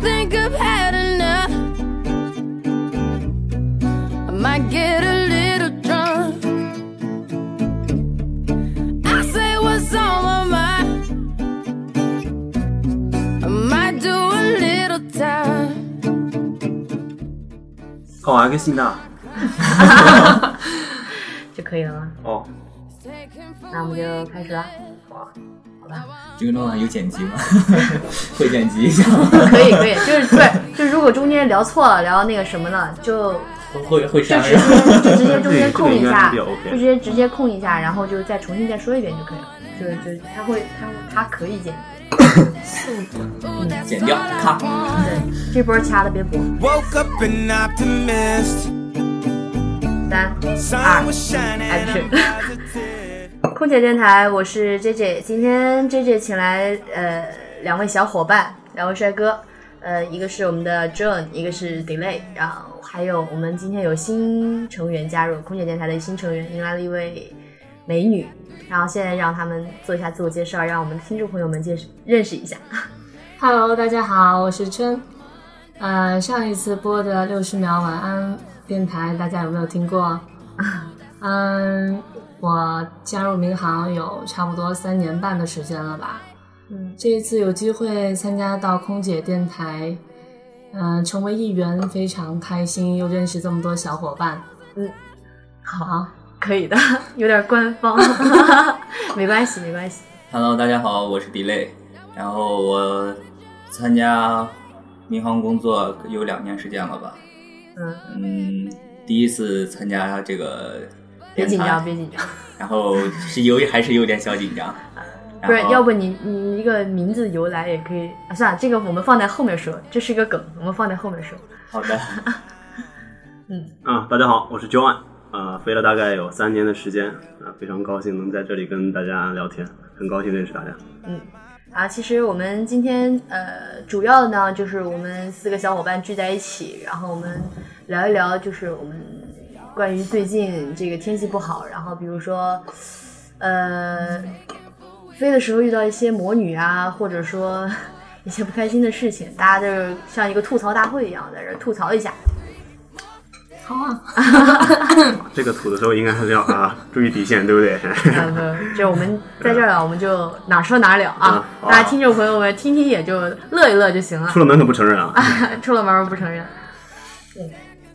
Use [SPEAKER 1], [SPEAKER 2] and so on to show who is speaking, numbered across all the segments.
[SPEAKER 1] think I've had enough. I might get a little drunk. I say what's on my mind. I might do a little time.
[SPEAKER 2] 어 알겠습니다.
[SPEAKER 3] 就可以了吗？
[SPEAKER 2] 어
[SPEAKER 3] 那我们就开始了。
[SPEAKER 4] 这个录完有剪辑吗？ 会剪辑一下，
[SPEAKER 3] 可以可 以，就是不是就是如果中间聊错了，聊那个什么呢，就
[SPEAKER 4] 会会
[SPEAKER 3] 就
[SPEAKER 4] 删
[SPEAKER 3] 直接就直接中间空一
[SPEAKER 2] 对这个应该是
[SPEAKER 3] 下，
[SPEAKER 2] 比较
[SPEAKER 3] 就
[SPEAKER 2] OK
[SPEAKER 3] 直接直接空一下，然后就再重新再说一遍就可以了。就是就是他会他会他可以剪，
[SPEAKER 4] 剪掉，咔。
[SPEAKER 3] 对，这波掐的别播。
[SPEAKER 5] Woke up an optimist.
[SPEAKER 3] 三
[SPEAKER 6] Ah,
[SPEAKER 5] Sun was shining.
[SPEAKER 3] I should-
[SPEAKER 5] I'm positive.
[SPEAKER 3] 空姐电台，我是 J J，今天 J J 请来呃两位小伙伴，两位帅哥，呃一个是我们的 John，一个是 Delay，然后还有我们今天有新成员加入空姐电台的新成员，迎来了一位美女，然后现在让他们做一下自我介绍，让我们的听众朋友们介绍认识一下。
[SPEAKER 7] Hello，大家好，我是春。呃，上一次播的六十秒晚安电台，大家有没有听 过？嗯，我加入民航有差不多三年半的时间了吧。
[SPEAKER 3] 嗯，
[SPEAKER 7] 这一次有机会参加到空姐电台，嗯、成为一员非常开心，又认识这么多小伙伴。
[SPEAKER 3] 嗯，
[SPEAKER 7] 好，
[SPEAKER 3] 可以的， 有点官方， 没关系没关系。
[SPEAKER 4] Hello，大家好，我是 Delay，然后我参加民航工作有两年时间了吧？
[SPEAKER 3] 嗯
[SPEAKER 4] 嗯，第一次参加这个
[SPEAKER 3] 别
[SPEAKER 4] 电
[SPEAKER 3] 紧张，
[SPEAKER 4] 台，
[SPEAKER 3] 别紧张，
[SPEAKER 4] 然后是有还是有点小紧张，
[SPEAKER 3] 不是
[SPEAKER 4] 然，后
[SPEAKER 3] 要不你你一个名字由来也可以啊，算了，这个我们放在后面说，这是一个梗，我们放在后面说。
[SPEAKER 4] 好的，
[SPEAKER 2] 啊，大家好，我是 John，呃，飞了大概有三年的时间，啊、非常高兴能在这里跟大家聊天，很高兴认识大家。
[SPEAKER 3] 啊，其实我们今天呃，主要的呢就是我们四个小伙伴聚在一起，然后我们聊一聊，就是我们关于最近这个天气不好，然后比如说呃，飞的时候遇到一些魔女啊，或者说 一些不开心的事情，大家就是像一个吐槽大会一样，在这吐槽一下。
[SPEAKER 7] 好 啊，
[SPEAKER 2] 这个吐的时候应该是要啊，注意底线，对不对？
[SPEAKER 3] 呃，不，就我们在这儿啊，我们就哪说哪了啊
[SPEAKER 2] 嗯，好
[SPEAKER 3] 大家听众朋友们听听也就乐一乐就行了
[SPEAKER 2] 出，了门可不承认啊。
[SPEAKER 3] 出了门儿不承认。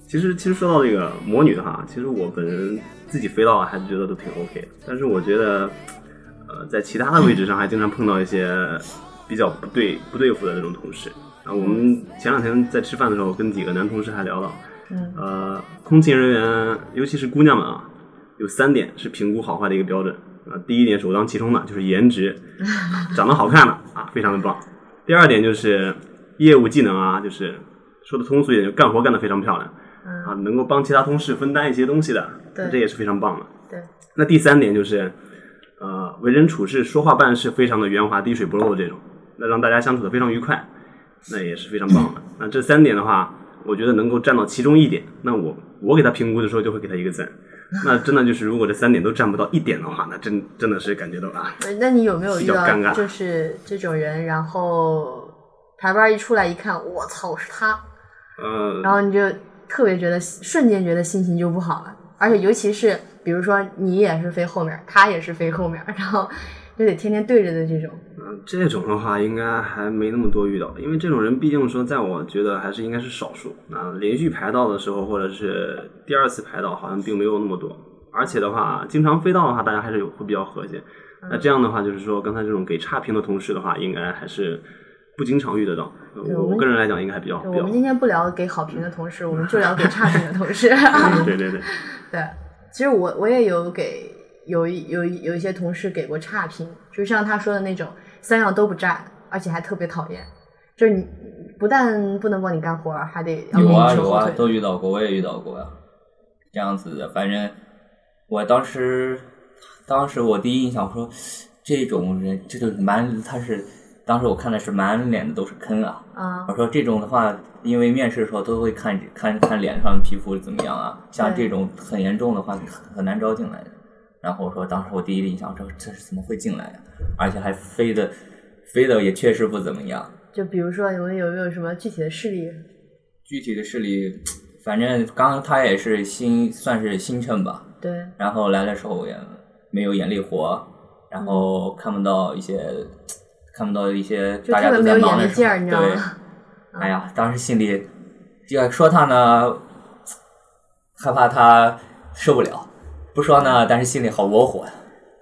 [SPEAKER 2] 其实，其实说到这个魔女哈，其实我本人自己飞到啊还是觉得都挺 OK 的，但是我觉得，呃，在其他的位置上还经常碰到一些比较不对不对付的那种同事。啊，我们前两天在吃饭的时候，跟几个男同事还聊到，
[SPEAKER 3] 嗯
[SPEAKER 2] 呃，空勤人员，尤其是姑娘们啊，有三点是评估好坏的一个标准。啊，第一点首当其冲的就是颜值，长得好看的啊，非常的棒。第二点就是业务技能啊，就是说的通俗一点，就干活干得非常漂亮。啊，能够帮其他同事分担一些东西的，
[SPEAKER 3] 对
[SPEAKER 2] 这也是非常棒的。
[SPEAKER 3] 对，
[SPEAKER 2] 那第三点就是，呃，为人处事、说话办事非常的圆滑、滴水不漏的这种，那让大家相处的非常愉快，那也是非常棒的。那这三点的话，我觉得能够占到其中一点，那我我给他评估的时候就会给他一个赞。那真的就是，如果这三点都占不到一点的话，那真真的是感觉到啊，
[SPEAKER 3] 呃那你有没有遇
[SPEAKER 2] 比较尴
[SPEAKER 3] 到
[SPEAKER 2] 尬
[SPEAKER 3] 就是这种人，然后排班一出来一看，我操，是他，
[SPEAKER 2] 呃，
[SPEAKER 3] 然后你就特别觉得瞬间觉得心情就不好了，而且尤其是比如说你也是飞后面儿，他也是飞后面儿，然后就得天天对着的这种。
[SPEAKER 2] 嗯，这种的话应该还没那么多遇到，因为这种人毕竟说，在我觉得还是应该是少数。那连续排到的时候，或者是第二次排到，好像并没有那么多。而且的话，经常飞到的话，大家还是有会比较和谐。
[SPEAKER 3] 嗯
[SPEAKER 2] 那这样的话，就是说刚才这种给差评的同事的话，应该还是不经常遇得到。呃
[SPEAKER 3] 对
[SPEAKER 2] 我
[SPEAKER 3] 我们
[SPEAKER 2] 我个人来讲，应该还比较
[SPEAKER 3] 就
[SPEAKER 2] 比
[SPEAKER 3] 我
[SPEAKER 2] 较
[SPEAKER 3] 们。今天不聊给好评的同事，我们就聊给差评的同事。
[SPEAKER 2] 对对对，
[SPEAKER 3] 对，其实我我也有给有一有一有一些同事给过差评，就像他说的那种，三样都不占，而且还特别讨厌，就是你不但不能帮你干活儿，还得要给
[SPEAKER 4] 有
[SPEAKER 3] 你
[SPEAKER 4] 啊
[SPEAKER 3] 扯
[SPEAKER 4] 有啊
[SPEAKER 3] 后，腿。
[SPEAKER 4] 都遇到过，我也遇到过呀、这样子的，反正我当时，当时我第一印象我说，这种人，这就满他是，当时我看的是满脸的都是坑啊。
[SPEAKER 3] 啊
[SPEAKER 4] 我说这种的话，因为面试的时候都会看看看脸上的皮肤怎么样啊，像
[SPEAKER 3] 对
[SPEAKER 4] 这种很严重的话很很难招进来的。然后我说，当时我第啊一印象说这是怎么会进来呀、而且还飞的飞的也确实不怎么样。
[SPEAKER 3] 就比如说你们有没有什么具体的事例？
[SPEAKER 4] 具体的事例，反正刚他也是新，算是新称吧。
[SPEAKER 3] 对，
[SPEAKER 4] 然后来的时候也没有眼力活，然后看不到一些，看不到一些
[SPEAKER 3] 就
[SPEAKER 4] 大家
[SPEAKER 3] 特别
[SPEAKER 4] 都
[SPEAKER 3] 没
[SPEAKER 4] 在
[SPEAKER 3] 有眼
[SPEAKER 4] 忙的
[SPEAKER 3] 力
[SPEAKER 4] 时
[SPEAKER 3] 劲儿，
[SPEAKER 4] 候，
[SPEAKER 3] 你知道
[SPEAKER 4] 对，
[SPEAKER 3] 吗？啊
[SPEAKER 4] 哎呀，当时心里要说他呢，害怕他受不了；不说呢，但是心里好窝火。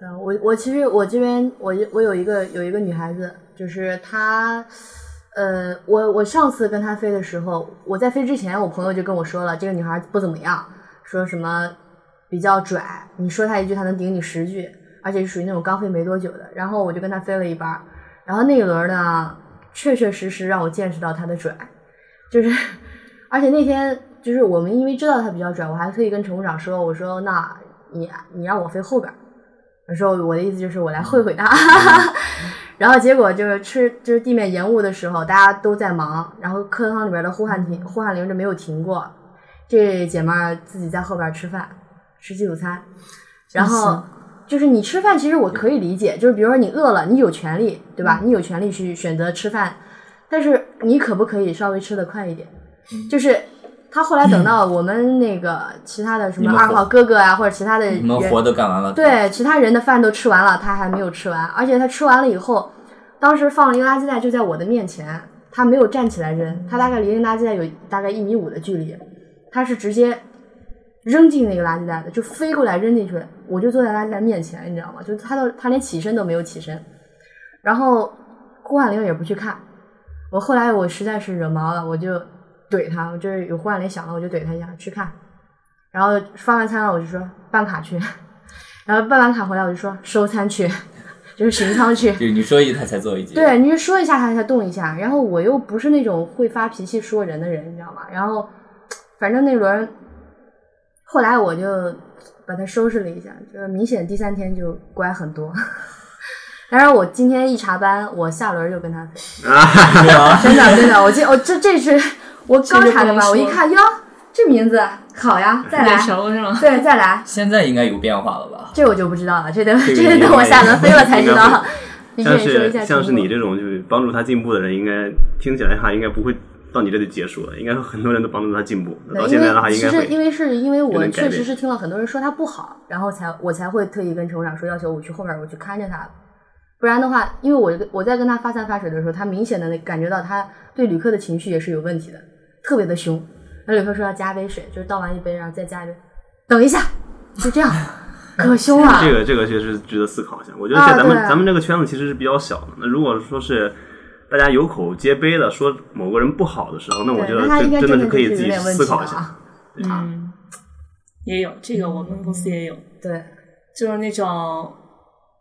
[SPEAKER 3] 嗯，我我其实我这边我我有一个有一个女孩子，就是她，呃，我我上次跟她飞的时候，我在飞之前，我朋友就跟我说了，这个女孩不怎么样，说什么比较拽，你说她一句，她能顶你十句，而且是属于那种刚飞没多久的。然后我就跟她飞了一班儿，然后那一轮呢，确确实实让我见识到她的拽，就是，而且那天就是我们因为知道她比较拽，我还特意跟乘务长说，我说那你你让我飞后边儿。我说我的意思就是我来会会他， 然后结果就是吃就是地面延误的时候，大家都在忙，然后客舱里边的呼喊停呼喊铃就没有停过，这姐们儿自己在后边吃饭吃自助餐，然后就是你吃饭其实我可以理解，就是比如说你饿了，你有权利对吧？你有权利去选择吃饭，但是你可不可以稍微吃的快一点？就是他后来等到我们那个其他的什
[SPEAKER 4] 你
[SPEAKER 3] 么
[SPEAKER 4] 们
[SPEAKER 3] 二
[SPEAKER 4] 活
[SPEAKER 3] 号哥哥啊，或者其他的
[SPEAKER 4] 你们
[SPEAKER 3] 人
[SPEAKER 4] 活都干完了，
[SPEAKER 3] 对，其他人的饭都吃完了，他还没有吃完，而且他吃完了以后，当时放了一个垃圾袋就在我的面前，他没有站起来扔，他大概离那垃圾袋有大概一米五的距离，他是直接扔进那个垃圾袋的，就飞过来扔进去了，我就坐在垃圾袋面前，你知道吗？就是他都他连起身都没有起身，然后呼喊铃也不去看，我后来我实在是惹毛了，我就怼他，我就是有呼喊铃响了，我就怼他一下去看，然后发完餐了我就说办卡去。 然后办完卡回来，我就说收餐去， 就是巡仓去。
[SPEAKER 4] 就你说一句他才做一句。
[SPEAKER 3] 对，你就说一下他才动一下，然后我又不是那种会发脾气说人的人，你知道吗？然后反正那轮，后来我就把他收拾了一下，就是明显第三天就乖很多。 当然，我今天一查班，我下轮就跟他飞，
[SPEAKER 4] 是吧，
[SPEAKER 3] 真的真的，我今我这这是我刚查的
[SPEAKER 7] 这就不能
[SPEAKER 3] 班，我一
[SPEAKER 7] 说
[SPEAKER 3] 看哟，这名字好呀，再来
[SPEAKER 7] 眼，熟是吗？
[SPEAKER 3] 对，再来，
[SPEAKER 4] 现在应该有变化了吧？
[SPEAKER 3] 这我就不知道了，这得
[SPEAKER 2] 这个
[SPEAKER 3] 这得等我下轮飞了才知
[SPEAKER 2] 应该
[SPEAKER 3] 道
[SPEAKER 2] 会。
[SPEAKER 3] 必须
[SPEAKER 2] 像
[SPEAKER 3] 得说一
[SPEAKER 2] 是
[SPEAKER 3] 下
[SPEAKER 2] 像是
[SPEAKER 3] 成果
[SPEAKER 2] 你这种就是帮助他进步的人，应该听起来他应该不会到你这里结束了，应该很多人都帮助他进步。那
[SPEAKER 3] 对，
[SPEAKER 2] 到
[SPEAKER 3] 因
[SPEAKER 2] 现
[SPEAKER 3] 为
[SPEAKER 2] 在的话，应
[SPEAKER 3] 其
[SPEAKER 2] 该
[SPEAKER 3] 实因
[SPEAKER 2] 会。
[SPEAKER 3] 为是因为
[SPEAKER 2] 有
[SPEAKER 3] 我
[SPEAKER 2] 点改
[SPEAKER 3] 确实
[SPEAKER 2] 变
[SPEAKER 3] 是听了很多人说他不好，然后才我才会特意跟乘务长说要求我去后边我去看着他，不然的话，因为我我在跟他发散发水的时候，他明显的感觉到他对旅客的情绪也是有问题的，特别的凶。那旅客说要加杯水，就是倒完一杯然后再加一杯，等一下，就这样， 可凶了。
[SPEAKER 2] 这个这个确实值得思考一下。我觉得
[SPEAKER 3] 啊
[SPEAKER 2] 在咱们、
[SPEAKER 3] 对
[SPEAKER 2] 咱们这个圈子其实是比较小的。那如果说是大家有口皆碑的说某个人不好的时候，那我
[SPEAKER 3] 对，
[SPEAKER 2] 觉得
[SPEAKER 3] 那他应
[SPEAKER 2] 这
[SPEAKER 3] 该
[SPEAKER 2] 真
[SPEAKER 3] 的
[SPEAKER 2] 的是可以
[SPEAKER 3] 就
[SPEAKER 2] 自
[SPEAKER 3] 是
[SPEAKER 2] 己
[SPEAKER 3] 有点问
[SPEAKER 2] 思
[SPEAKER 3] 题
[SPEAKER 2] 考
[SPEAKER 3] 了
[SPEAKER 2] 一下。
[SPEAKER 3] 啊。
[SPEAKER 7] 嗯，也有这个，我们公司也有，
[SPEAKER 3] 对，
[SPEAKER 7] 就是那种，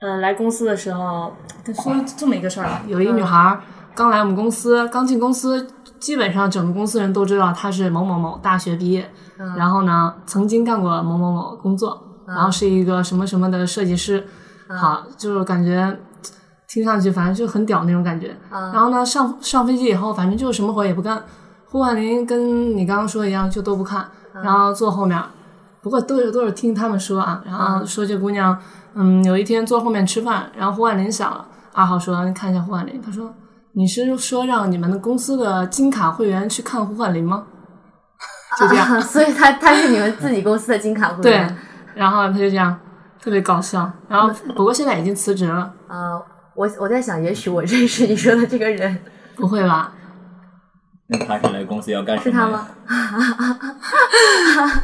[SPEAKER 7] 嗯、来公司的时候，说这么一个事儿吧，有一
[SPEAKER 3] 嗯
[SPEAKER 7] 女孩儿刚来我们公司，刚进公司，基本上整个公司人都知道她是某某某大学毕业，
[SPEAKER 3] 嗯
[SPEAKER 7] 然后呢，曾经干过某某某工作，
[SPEAKER 3] 嗯
[SPEAKER 7] 然后是一个什么什么的设计师，
[SPEAKER 3] 嗯
[SPEAKER 7] 好，就是感觉听上去反正就很屌那种感觉。
[SPEAKER 3] 嗯
[SPEAKER 7] 然后呢，上上飞机以后，反正就是什么活也不干，呼唤铃跟你刚刚说一样，就都不看，
[SPEAKER 3] 嗯
[SPEAKER 7] 然后坐后面儿。不过都是都是听他们说啊，然后说这姑娘，嗯，有一天坐后面吃饭，然后呼唤铃响了，二号说你看一下呼唤铃，他说你是说让你们的公司的金卡会员去看呼唤铃吗？就 这样，
[SPEAKER 3] 啊所以他他是你们自己公司的金卡会
[SPEAKER 7] 对
[SPEAKER 3] 员。，
[SPEAKER 7] 然后他就这样，特别搞笑。然后不过现在已经辞职了，
[SPEAKER 3] 呃，我我在想，也许我认识你说的这个人
[SPEAKER 7] 不会吧？
[SPEAKER 4] 那他是来公司要干什
[SPEAKER 3] 是
[SPEAKER 4] 么？
[SPEAKER 3] 他吗？？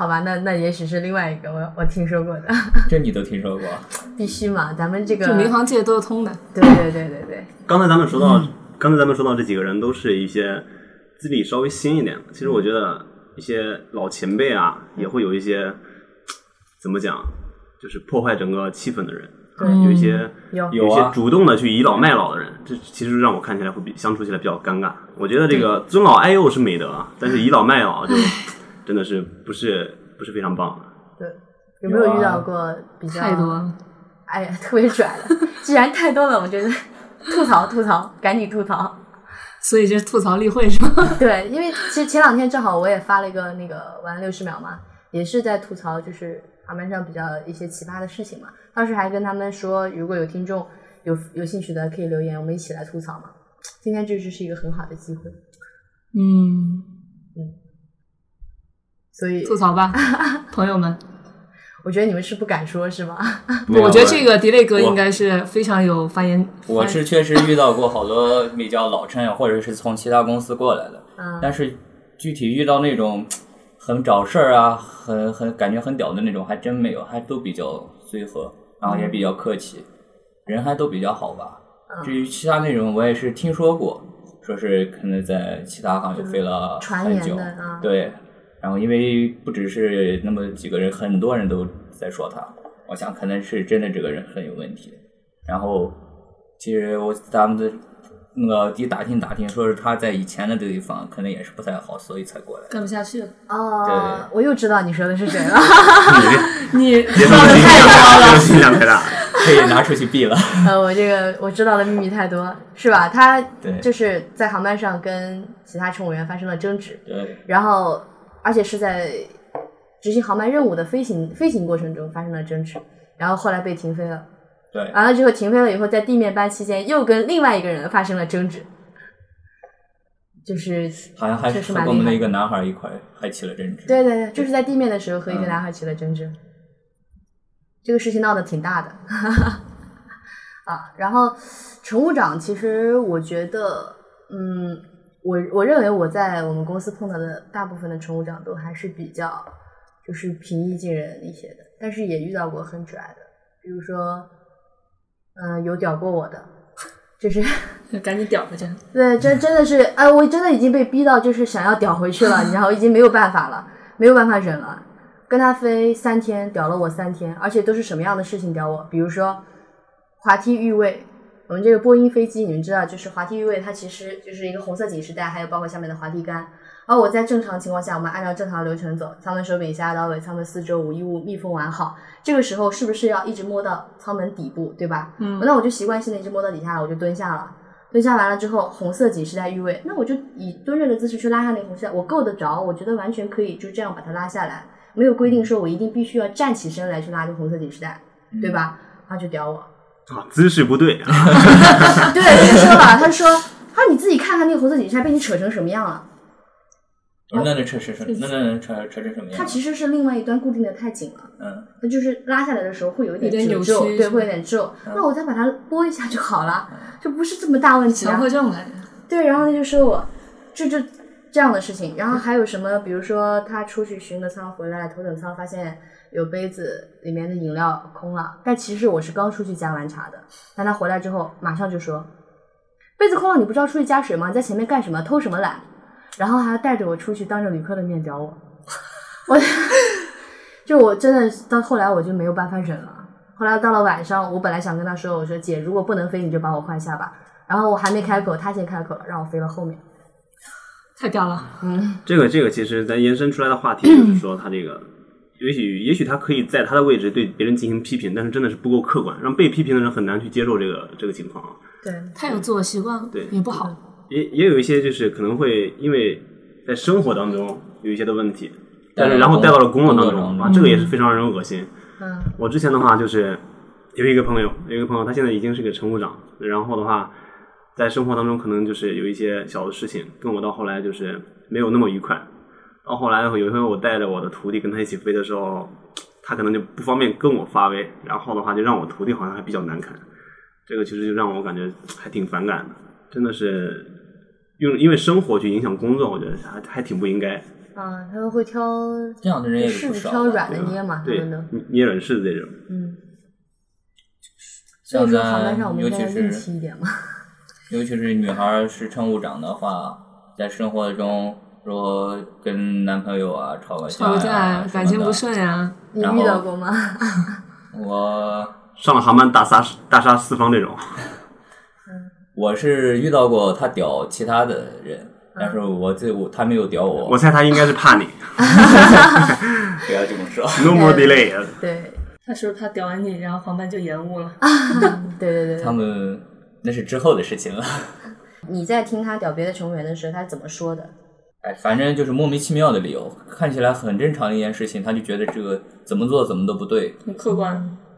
[SPEAKER 3] 好吧，那那也许是另外一个我我听说过的，
[SPEAKER 4] 这你都听说过？
[SPEAKER 3] 必须嘛，咱们这个
[SPEAKER 7] 就民航界都是通的，
[SPEAKER 3] 对对对对对，
[SPEAKER 2] 刚才咱们说到，
[SPEAKER 3] 嗯
[SPEAKER 2] 刚才咱们说到这几个人都是一些资历稍微新一点的。其实
[SPEAKER 3] 嗯
[SPEAKER 2] 我觉得一些老前辈啊，也会有一些怎么讲，就是破坏整个气氛的人，
[SPEAKER 3] 对嗯
[SPEAKER 2] 有一些
[SPEAKER 3] 有
[SPEAKER 2] 有一
[SPEAKER 4] 有
[SPEAKER 2] 些
[SPEAKER 4] 啊
[SPEAKER 2] 主动的去倚老卖老的人，这其实让我看起来会比相处起来比较尴尬。我觉得这个尊老爱幼是美德，啊，但是倚老卖老就真的是不是不是非常棒。
[SPEAKER 3] 对，有没有遇
[SPEAKER 4] 有啊
[SPEAKER 3] 到过比较
[SPEAKER 7] 太多了。
[SPEAKER 3] 哎呀特别拽的？既然太多了，我觉得吐槽吐槽，赶紧吐槽。
[SPEAKER 7] 所以就是吐槽例会是吧？
[SPEAKER 3] 对，因为其实前两天正好我也发了一个那个玩六十秒嘛，也是在吐槽就是航班上比较一些奇葩的事情嘛。当时还跟他们说，如果有听众有有兴趣的可以留言，我们一起来吐槽嘛。今天这就是一个很好的机会，
[SPEAKER 7] 嗯，
[SPEAKER 3] 所以
[SPEAKER 7] 吐槽 吧，朋友们，
[SPEAKER 3] 我觉得你们是不敢说是吗？
[SPEAKER 2] 没有
[SPEAKER 7] 我觉得这个迪雷哥
[SPEAKER 2] 我
[SPEAKER 7] 应该是非常有发言。
[SPEAKER 4] 我是确实遇到过好多比较老战友，或者是从其他公司过来的，
[SPEAKER 3] 嗯
[SPEAKER 4] 但是具体遇到那种很找事儿啊，很很感觉很屌的那种，还真没有，还都比较随和，然后
[SPEAKER 3] 嗯
[SPEAKER 4] 也比较客气，人还都比较好吧。至于其他那种，我也是听说过，说是可能在其他行业飞了
[SPEAKER 3] 传
[SPEAKER 4] 很
[SPEAKER 3] 言
[SPEAKER 4] 久
[SPEAKER 3] 的啊，
[SPEAKER 4] 对。然后因为不只是那么几个人，很多人都在说他，我想可能是真的这个人很有问题。然后其实我咱们的那个一打听打听，说是他在以前的地方可能也是不太好，所以才过来。
[SPEAKER 7] 干不下去 了，
[SPEAKER 3] 哦，
[SPEAKER 4] 对
[SPEAKER 3] 我又知道你说的是谁 了。
[SPEAKER 7] 你
[SPEAKER 2] 别说的太大，这个信息量太大。
[SPEAKER 4] 可以拿出去毙了。
[SPEAKER 3] 呃，我这个我知道的秘密太多，是吧？他
[SPEAKER 4] 对
[SPEAKER 3] 就是在航班上跟其他乘务员发生了争执，
[SPEAKER 4] 对
[SPEAKER 3] 然后而且是在执行航班任务的飞行飞行过程中发生了争执，然后后来被停飞了。
[SPEAKER 4] 对，
[SPEAKER 3] 完了之后停飞了以后，在地面班期间又跟另外一个人发生了争执，就是
[SPEAKER 4] 好像还
[SPEAKER 3] 确实
[SPEAKER 4] 是
[SPEAKER 3] 蛮
[SPEAKER 4] 和
[SPEAKER 3] 厉
[SPEAKER 4] 我们的
[SPEAKER 3] 害
[SPEAKER 4] 一个男孩一块儿还起了争执。
[SPEAKER 3] 对对对，就是在地面的时候和一个
[SPEAKER 4] 嗯
[SPEAKER 3] 男孩起了争执，这个事情闹得挺大的。 啊，然后乘务长，其实我觉得，嗯，我我认为我在我们公司碰到的大部分的乘务长都还是比较就是平易近人一些的，但是也遇到过很拽的，比如说，嗯、有屌过我的，就是。
[SPEAKER 7] 赶紧屌吧这样。
[SPEAKER 3] 对，真真的是，哎，我真的已经被逼到就是想要屌回去了，你知道，我已经没有办法了，没有办法忍了。跟他飞三天，屌了我三天，而且都是什么样的事情屌我？比如说滑梯预位，我们这个波音飞机，你们知道，就是滑梯预位，它其实就是一个红色警示带，还有包括下面的滑梯杆。而我在正常情况下，我们按照正常流程走，舱门手柄下压到尾，舱门四周无异物密封完好。这个时候是不是要一直摸到舱门底部，对吧？
[SPEAKER 7] 嗯
[SPEAKER 3] 那我就习惯性的一直摸到底下了，我就蹲下了。蹲下完了之后，红色警示带预位，那我就以蹲着的姿势去拉下那个红色，我够得着，我觉得完全可以就这样把它拉下来，没有规定说我一定必须要站起身来去拉这个红色警示带，
[SPEAKER 7] 嗯
[SPEAKER 3] 对吧？他就屌我，
[SPEAKER 2] 啊，姿势不对 啊，
[SPEAKER 3] 对，他就说了，他就说，他说你自己看看那个红色警示带被你扯成什么样了，
[SPEAKER 4] 我说那那扯扯扯，那那那扯扯成什么样
[SPEAKER 3] 它
[SPEAKER 4] 了？
[SPEAKER 3] 其实是另外一端固定的太紧了。
[SPEAKER 4] 嗯，
[SPEAKER 3] 那就是拉下来的时候会有一点
[SPEAKER 7] 有点
[SPEAKER 3] 褶
[SPEAKER 7] 扭
[SPEAKER 3] 皱，
[SPEAKER 7] 曲
[SPEAKER 3] 对，
[SPEAKER 7] 是嗯
[SPEAKER 3] 会有
[SPEAKER 7] 吗
[SPEAKER 3] 点皱。那我再把它拨一下就好了，这不是这么大问题
[SPEAKER 7] 强
[SPEAKER 3] 啊
[SPEAKER 7] 迫。症来的，
[SPEAKER 3] 对，然后他就说我，这就这样的事情。然后还有什么，比如说他出去巡个舱回来，头等舱发现有杯子里面的饮料空了，但其实我是刚出去加完茶的。但他回来之后马上就说，杯子空了，你不知道出去加水吗？你在前面干什么？偷什么懒？然后还要带着我出去当着旅客的面屌我，我 就我真的到后来我就没有办法忍了。后来到了晚上，我本来想跟他说，我说姐，如果不能飞，你就把我换下吧。然后我还没开口，他先开口了，让我飞到后面。
[SPEAKER 7] 太屌了，
[SPEAKER 2] 这个这个其实咱延伸出来的话题就是说，他这个也许也许他可以在他的位置对别人进行批评，但是真的是不够客观，让被批评的人很难去接受这个这个情况啊。
[SPEAKER 3] 对，
[SPEAKER 7] 太有自我习惯了，
[SPEAKER 2] 对
[SPEAKER 7] 也不好。
[SPEAKER 2] 也也有一些就是可能会因为在生活当中有一些的问题，但是然后带到了工作当中，啊，这个也是非常让人恶心。
[SPEAKER 3] 嗯，
[SPEAKER 2] 我之前的话就是有一个朋友，有一个朋友，他现在已经是个乘务长，然后的话，在生活当中可能就是有一些小的事情，跟我到后来就是没有那么愉快。到后来有一回，我带着我的徒弟跟他一起飞的时候，他可能就不方便跟我发威，然后的话就让我徒弟好像还比较难堪，这个其实就让我感觉还挺反感的，真的是用因为生活去影响工作，我觉得还还挺不应该。
[SPEAKER 3] 啊，他们会挑
[SPEAKER 4] 这样的人也有
[SPEAKER 3] 柿
[SPEAKER 4] 不
[SPEAKER 3] 子
[SPEAKER 4] 少啊
[SPEAKER 3] 挑软的
[SPEAKER 2] 对吧
[SPEAKER 3] 捏嘛，他
[SPEAKER 2] 对
[SPEAKER 3] 们都，
[SPEAKER 2] 捏软柿子这种。
[SPEAKER 3] 嗯。所以
[SPEAKER 4] 像
[SPEAKER 3] 说，航班
[SPEAKER 4] 咱
[SPEAKER 3] 上我们
[SPEAKER 4] 尤
[SPEAKER 3] 应该
[SPEAKER 4] 其
[SPEAKER 3] 硬气
[SPEAKER 4] 是
[SPEAKER 3] 一点 嘛。
[SPEAKER 4] 尤其是女孩儿是乘务长的话，在生活中如果跟男朋友啊吵个
[SPEAKER 7] 吵
[SPEAKER 4] 架
[SPEAKER 7] 架
[SPEAKER 4] 呀，
[SPEAKER 7] 感情不顺呀、
[SPEAKER 3] 你
[SPEAKER 4] 然
[SPEAKER 3] 遇到
[SPEAKER 4] 后
[SPEAKER 3] 过 吗？
[SPEAKER 4] 我
[SPEAKER 2] 上了航班大杀大杀四方这种，
[SPEAKER 4] 我是遇到过他屌其他的人，
[SPEAKER 7] 嗯
[SPEAKER 4] 但是我最我他没有屌我，
[SPEAKER 2] 我猜他应该是怕 你
[SPEAKER 4] 不要这么说。
[SPEAKER 2] ，no more delay。
[SPEAKER 3] 对，
[SPEAKER 7] 他是不是怕屌完你，然后航班就延误 了？
[SPEAKER 3] 对对对
[SPEAKER 4] 他
[SPEAKER 3] 对。
[SPEAKER 4] 们那是之后的事情了。
[SPEAKER 3] 你在听他屌别的乘务员的时候，他是怎么说的？
[SPEAKER 4] 哎，反正就是莫名其妙的理由，看起来很正常的一件事情，他就觉得这个怎么做怎么都不对，
[SPEAKER 7] 很客观，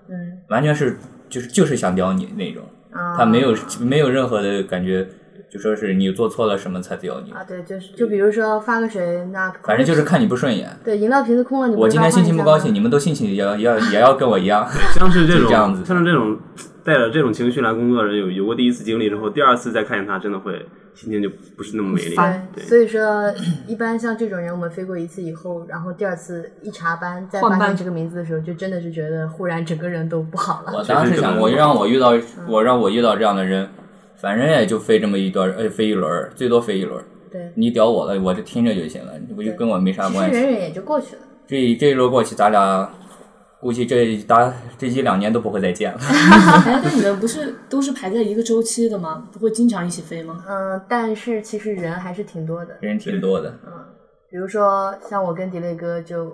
[SPEAKER 3] 嗯
[SPEAKER 4] 完全是就是就是想屌你那种，
[SPEAKER 3] 啊，
[SPEAKER 4] 他没有没有任何的感觉，就说是你做错了什么才屌你，
[SPEAKER 3] 啊，对，就是就比如说发个水，那
[SPEAKER 4] 反正就是看你不顺眼。
[SPEAKER 3] 对饮料瓶子空了，你
[SPEAKER 4] 我今天心情不高兴，
[SPEAKER 3] 你
[SPEAKER 4] 你们都心情也要也要也要跟我一样。
[SPEAKER 2] 像是这种
[SPEAKER 4] 就这样子
[SPEAKER 2] 像是这种带着这种情绪来工作的人，有有过第一次经历之后，第二次再看见他，真的会心情就不是那么美丽。
[SPEAKER 3] 对，
[SPEAKER 2] 对，
[SPEAKER 3] 所以说一般像这种人，我们飞过一次以后，然后第二次一查班，再
[SPEAKER 7] 换
[SPEAKER 3] 发现
[SPEAKER 7] 班
[SPEAKER 3] 这个名字的时候，就真的是觉得忽然整个人都不好了。
[SPEAKER 4] 我当时想过，让我遇到
[SPEAKER 3] 嗯
[SPEAKER 4] 我让我遇到这样的人，反正也就飞这么一段，呃，飞一轮儿，最多飞一轮儿。
[SPEAKER 3] 对，
[SPEAKER 4] 你屌我了，我就听着就行了，我就跟我没啥
[SPEAKER 3] 其实
[SPEAKER 4] 关系。
[SPEAKER 3] 忍忍也就过去了。
[SPEAKER 4] 这这一轮过去，咱俩估计这打这一两年都不会 再见了。
[SPEAKER 7] 哎，那你们不是都是排在一个周期的吗？不会经常一起飞吗？
[SPEAKER 3] 嗯，但是其实人还是挺多的。
[SPEAKER 4] 人挺多的，
[SPEAKER 3] 比如说，像我跟迪雷哥就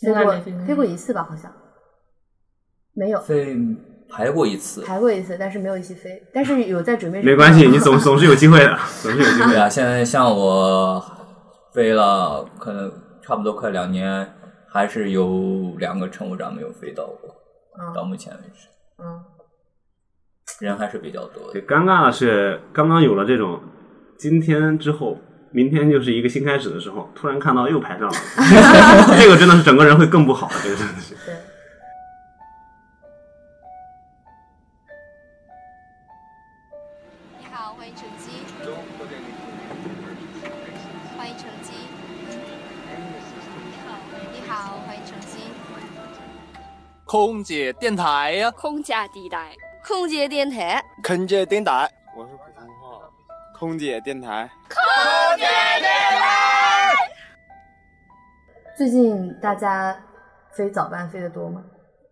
[SPEAKER 3] 飞
[SPEAKER 7] 从来
[SPEAKER 3] 过
[SPEAKER 7] 没飞过
[SPEAKER 3] 飞过一次吧，好像没有
[SPEAKER 4] 飞排过一次。
[SPEAKER 3] 排过一次，但是没有一起飞。但是有在准备。
[SPEAKER 2] 没关系，你总总是有机会的，总是有机会
[SPEAKER 4] 对
[SPEAKER 2] 的。
[SPEAKER 4] 啊，现在像我飞了，可能差不多快两年，还是有两个乘务长没有飞到过，到目前为止，
[SPEAKER 3] 嗯，
[SPEAKER 4] 人还是比较多的
[SPEAKER 2] 对，。尴尬的是刚刚有了这种，今天之后，明天就是一个新开始的时候，突然看到又 排上了，这个真的是整个人会更不好，这个真的是。
[SPEAKER 3] 对。
[SPEAKER 8] 你好，欢迎乘机。欢迎乘机。你好，你好，欢迎乘机。
[SPEAKER 6] 空姐电台呀、
[SPEAKER 8] 空姐地带，空姐电台，
[SPEAKER 6] 空姐电台，我是普通话，空姐电台。
[SPEAKER 3] 最近大家飞早班飞得多吗？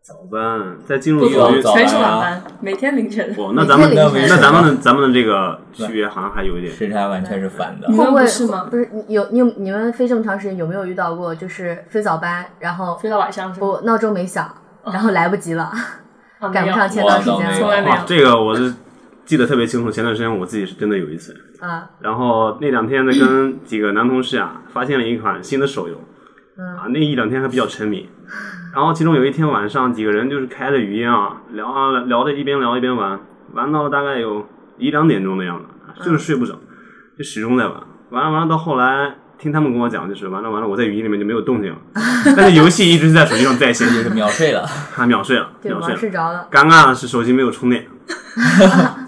[SPEAKER 2] 早班在进入
[SPEAKER 4] 不
[SPEAKER 2] 属于
[SPEAKER 4] 早
[SPEAKER 7] 全是晚班，每天凌晨。
[SPEAKER 2] 哦，那咱们
[SPEAKER 3] 每天凌晨
[SPEAKER 2] 那咱们的咱们的这个区别好像还有一点。
[SPEAKER 4] 时差完全是反的
[SPEAKER 7] 你，
[SPEAKER 3] 会
[SPEAKER 7] 们
[SPEAKER 3] 不会
[SPEAKER 7] 不是吗
[SPEAKER 3] 不是，你有你有你们飞这么长时间，有没有遇到过就是飞早班，然后
[SPEAKER 7] 飞到晚上是吗？
[SPEAKER 3] 我闹钟没响，然后来不及了，
[SPEAKER 7] 啊
[SPEAKER 3] 赶不上前段时间
[SPEAKER 4] 没
[SPEAKER 7] 从
[SPEAKER 4] 有
[SPEAKER 7] 来没
[SPEAKER 2] 哇，
[SPEAKER 7] 有。
[SPEAKER 2] 啊
[SPEAKER 7] 啊
[SPEAKER 2] 这个我是记得特别清楚。前段时间我自己是真的有一次，
[SPEAKER 3] 啊，
[SPEAKER 2] 然后那两天呢跟几个男同事啊，发现了一款新的手游，啊，那一两天还比较沉迷。然后其中有一天晚上，几个人就是开着语音啊，聊啊聊着一边聊一边玩，玩到了大概有一两点钟的样子，就是睡不着，就始终在玩，玩着玩着到后来。听他们跟我讲，就是完了完了，我在语音里面就没有动静了，但是游戏一直在手机上在线，就是
[SPEAKER 4] 秒睡了。
[SPEAKER 2] 他秒睡了，
[SPEAKER 3] 对，
[SPEAKER 2] 秒睡
[SPEAKER 3] 玩
[SPEAKER 2] 了
[SPEAKER 3] 睡。着了，
[SPEAKER 2] 尴尬的是手机没有充电。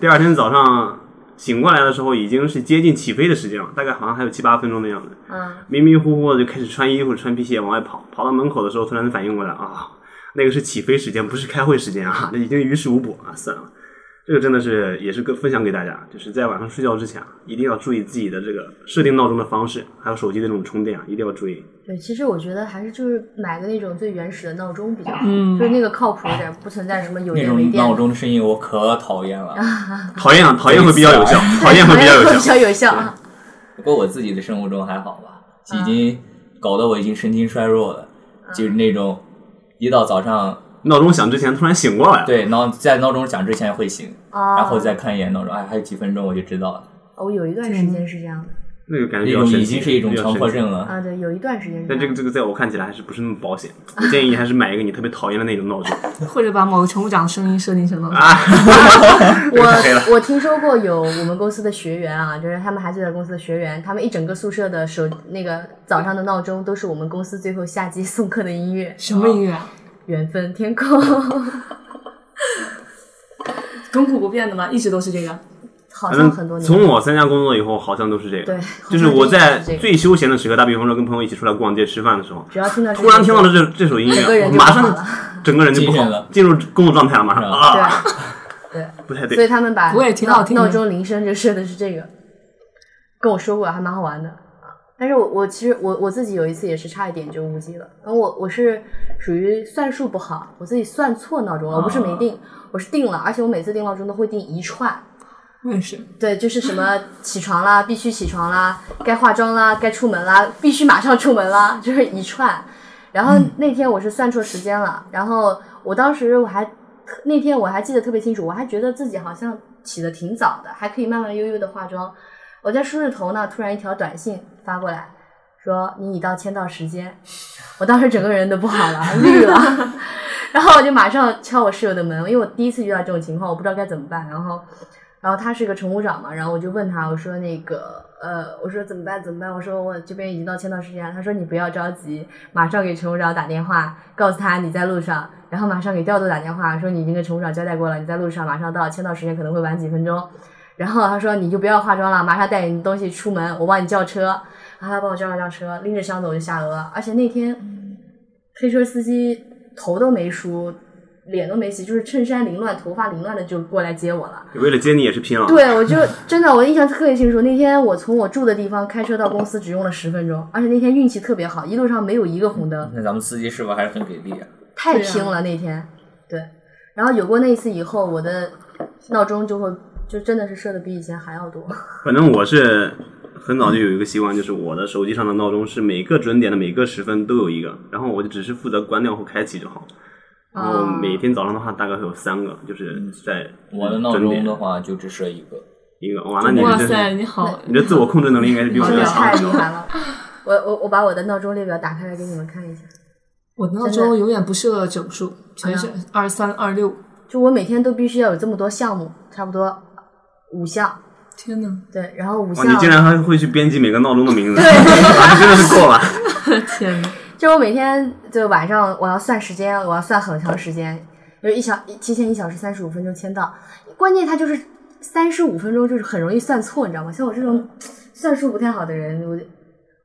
[SPEAKER 2] 第二天早上醒过来的时候，已经是接近起飞的时间了，大概好像还有七八分钟的样子。
[SPEAKER 3] 嗯，
[SPEAKER 2] 迷迷糊糊的就开始穿衣服、穿皮鞋往外跑，跑到门口的时候，突然反应过来啊，那个是起飞时间，不是开会时间啊，这已经于事无补啊，算了。这个真的是也是跟分享给大家，就是在晚上睡觉之前啊，一定要注意自己的这个设定闹钟的方式，还有手机的这种充电啊，一定要注意。
[SPEAKER 3] 对，其实我觉得还是就是买个那种最原始的闹钟比较好，就是那个靠谱一点，不存在什么有
[SPEAKER 4] 那
[SPEAKER 3] 电没
[SPEAKER 4] 种
[SPEAKER 3] 电
[SPEAKER 4] 闹
[SPEAKER 3] 的，
[SPEAKER 4] 钟的声音我可讨厌了。
[SPEAKER 2] 讨厌啊，讨厌会比较有效，讨厌会比较有
[SPEAKER 3] 对
[SPEAKER 2] 效
[SPEAKER 3] 哎 比。较有效啊。
[SPEAKER 4] 不过我自己的生活中还好吧，已经搞得我已经神经衰弱了，
[SPEAKER 3] 啊
[SPEAKER 4] 就是那种一到早上，
[SPEAKER 2] 闹钟响之前突然醒过来了，
[SPEAKER 4] 对闹在闹钟响之前会醒，
[SPEAKER 3] 啊
[SPEAKER 4] 然后再看一眼闹钟，哎，还有几分钟我就知道了，
[SPEAKER 3] 我有一段时间是这样的
[SPEAKER 2] 那个感觉
[SPEAKER 4] 那
[SPEAKER 2] 比较
[SPEAKER 4] 种
[SPEAKER 2] 神
[SPEAKER 4] 已
[SPEAKER 2] 奇
[SPEAKER 4] 经是一种
[SPEAKER 2] 比较
[SPEAKER 4] 强迫
[SPEAKER 2] 神奇
[SPEAKER 4] 症了。
[SPEAKER 3] 啊，对，有一段时间是
[SPEAKER 2] 但这
[SPEAKER 3] 样
[SPEAKER 2] 个
[SPEAKER 3] 的。
[SPEAKER 2] 这个在我看起来还是不是那么保险。 我建议你还是买一个你特别讨厌的那种闹钟
[SPEAKER 7] 或者把某个乘务长声音设定成闹钟。
[SPEAKER 2] 啊！
[SPEAKER 3] 我我听说过有我们公司的学员啊，就是他们还是在公司的学员，他们一整个宿舍的手那个早上的闹钟都是我们公司最后下机送客的音乐，
[SPEAKER 7] 什么音乐啊？
[SPEAKER 3] 缘分天空，
[SPEAKER 7] 亘古不变的吗？一直都是这个。
[SPEAKER 3] 好
[SPEAKER 2] 反
[SPEAKER 3] 像很多
[SPEAKER 2] 正
[SPEAKER 3] 年。
[SPEAKER 2] 从我参加工作以后，好像都是这个。
[SPEAKER 3] 对好像
[SPEAKER 2] 就是我在
[SPEAKER 3] 这个
[SPEAKER 2] 最休闲的时刻，打比方说跟朋友一起出来逛街吃饭的时候，
[SPEAKER 3] 只要听到这
[SPEAKER 2] 突然听到
[SPEAKER 3] 个
[SPEAKER 2] 了这这首音
[SPEAKER 3] 整个
[SPEAKER 2] 乐，
[SPEAKER 3] 人
[SPEAKER 2] 我
[SPEAKER 3] 就不
[SPEAKER 2] 马
[SPEAKER 3] 好
[SPEAKER 2] 上
[SPEAKER 3] 了，
[SPEAKER 2] 整个人就不
[SPEAKER 4] 精
[SPEAKER 2] 好
[SPEAKER 4] 神了，
[SPEAKER 2] 进入工作状态了，马上
[SPEAKER 4] 是
[SPEAKER 2] 啊，
[SPEAKER 3] 对对，
[SPEAKER 2] 不太
[SPEAKER 3] 所以
[SPEAKER 2] 对。
[SPEAKER 3] 他们把
[SPEAKER 7] 不过也挺好
[SPEAKER 3] 闹
[SPEAKER 7] 听的
[SPEAKER 3] 闹钟铃声就设的是这个，跟我说过，还蛮好玩的。但是我我其实我我自己有一次也是差一点就误机了，然后我我是属于算数不好，我自己算错闹钟了，我不是没
[SPEAKER 7] 哦
[SPEAKER 3] 定，我是定了，而且我每次定闹钟都会定一串，
[SPEAKER 7] 我也是。
[SPEAKER 3] 对，就是什么起床啦，必须起床啦，该化妆啦，该出门啦，必须马上出门啦， 就是一串。然后那天我是算错时间了，然后我当时我还特那天我还记得特别清楚，我还觉得自己好像起得挺早的，还可以慢慢悠悠的化妆。我在梳着头呢，突然一条短信发过来，说你已到签到时间。我当时整个人都不好了，绿了。 然后我就马上敲我室友的门，因为我第一次遇到这种情况，我不知道该怎么办。然后然后他是个乘务长嘛，然后我就问他，我说那个呃，我说怎么办怎么办？我说我这边已经到签到时间了。他说你不要着急，马上给乘务长打电话，告诉他你在路上，然后马上给调度打电话，说你已经跟乘务长交代过了，你在路上，马上到，签到时间可能会晚几分钟。然后他说你就不要化妆了，马上带你的东西出门，我帮你叫车。然后他帮我叫了辆车，拎着箱子我就下楼。而且那天黑车司机头都没梳，脸都没洗，就是衬衫凌乱，头发凌乱的就过来接我了。
[SPEAKER 2] 为了接你也是拼了。
[SPEAKER 3] 对，我就真的我印象特别清楚。那天我从我住的地方开车到公司只用了十分钟，而且那天运气特别好，一路上没有一个红灯，
[SPEAKER 4] 那咱们司机师傅还是很给力啊。
[SPEAKER 3] 太
[SPEAKER 7] 对啊
[SPEAKER 3] 拼了那天。对，然后有过那一次以后，我的闹钟就会就真的是设的比以前 还要多。
[SPEAKER 2] 反正我是很早就有一个习惯，就是我的手机上的闹钟是每个准点的每个时分都有一个，然后我就只是负责关掉或开启就好。然后
[SPEAKER 3] 啊
[SPEAKER 2] 每天早上的话，大概会有三个，就是在
[SPEAKER 4] 嗯我的闹
[SPEAKER 2] 准
[SPEAKER 4] 钟
[SPEAKER 2] 点
[SPEAKER 4] 的话就只设一个，
[SPEAKER 2] 一个。哇，那你
[SPEAKER 7] 哇
[SPEAKER 2] 这
[SPEAKER 7] 塞，
[SPEAKER 2] 是
[SPEAKER 7] 你好，
[SPEAKER 2] 你这自我控制能力应该是比我
[SPEAKER 3] 真
[SPEAKER 2] 们
[SPEAKER 3] 的
[SPEAKER 2] 要
[SPEAKER 3] 太
[SPEAKER 2] 强
[SPEAKER 3] 厉
[SPEAKER 2] 很多。
[SPEAKER 3] 害了！我我我把我的闹钟列表打开来给你们看一下，
[SPEAKER 7] 我的哎闹
[SPEAKER 3] 真的
[SPEAKER 7] 钟永远不设整数，全是二三二六。
[SPEAKER 3] 就我每天都必须要有这么多项目，差不多五项。
[SPEAKER 7] 天哪，
[SPEAKER 3] 对，然后五
[SPEAKER 2] 哇，你
[SPEAKER 3] 项
[SPEAKER 2] 竟然还会去编辑每个闹钟的名字，
[SPEAKER 3] 对
[SPEAKER 2] 哇你真的是够了。
[SPEAKER 7] 天哪！
[SPEAKER 3] 就我每天就晚上我要算时间，我要算很长时间，就是一小一提前一小时三十五分钟签到。关键他就是三十五分钟，就是很容易算错，你知道吗？像我这种
[SPEAKER 2] 嗯
[SPEAKER 3] 算数不太好的人，我得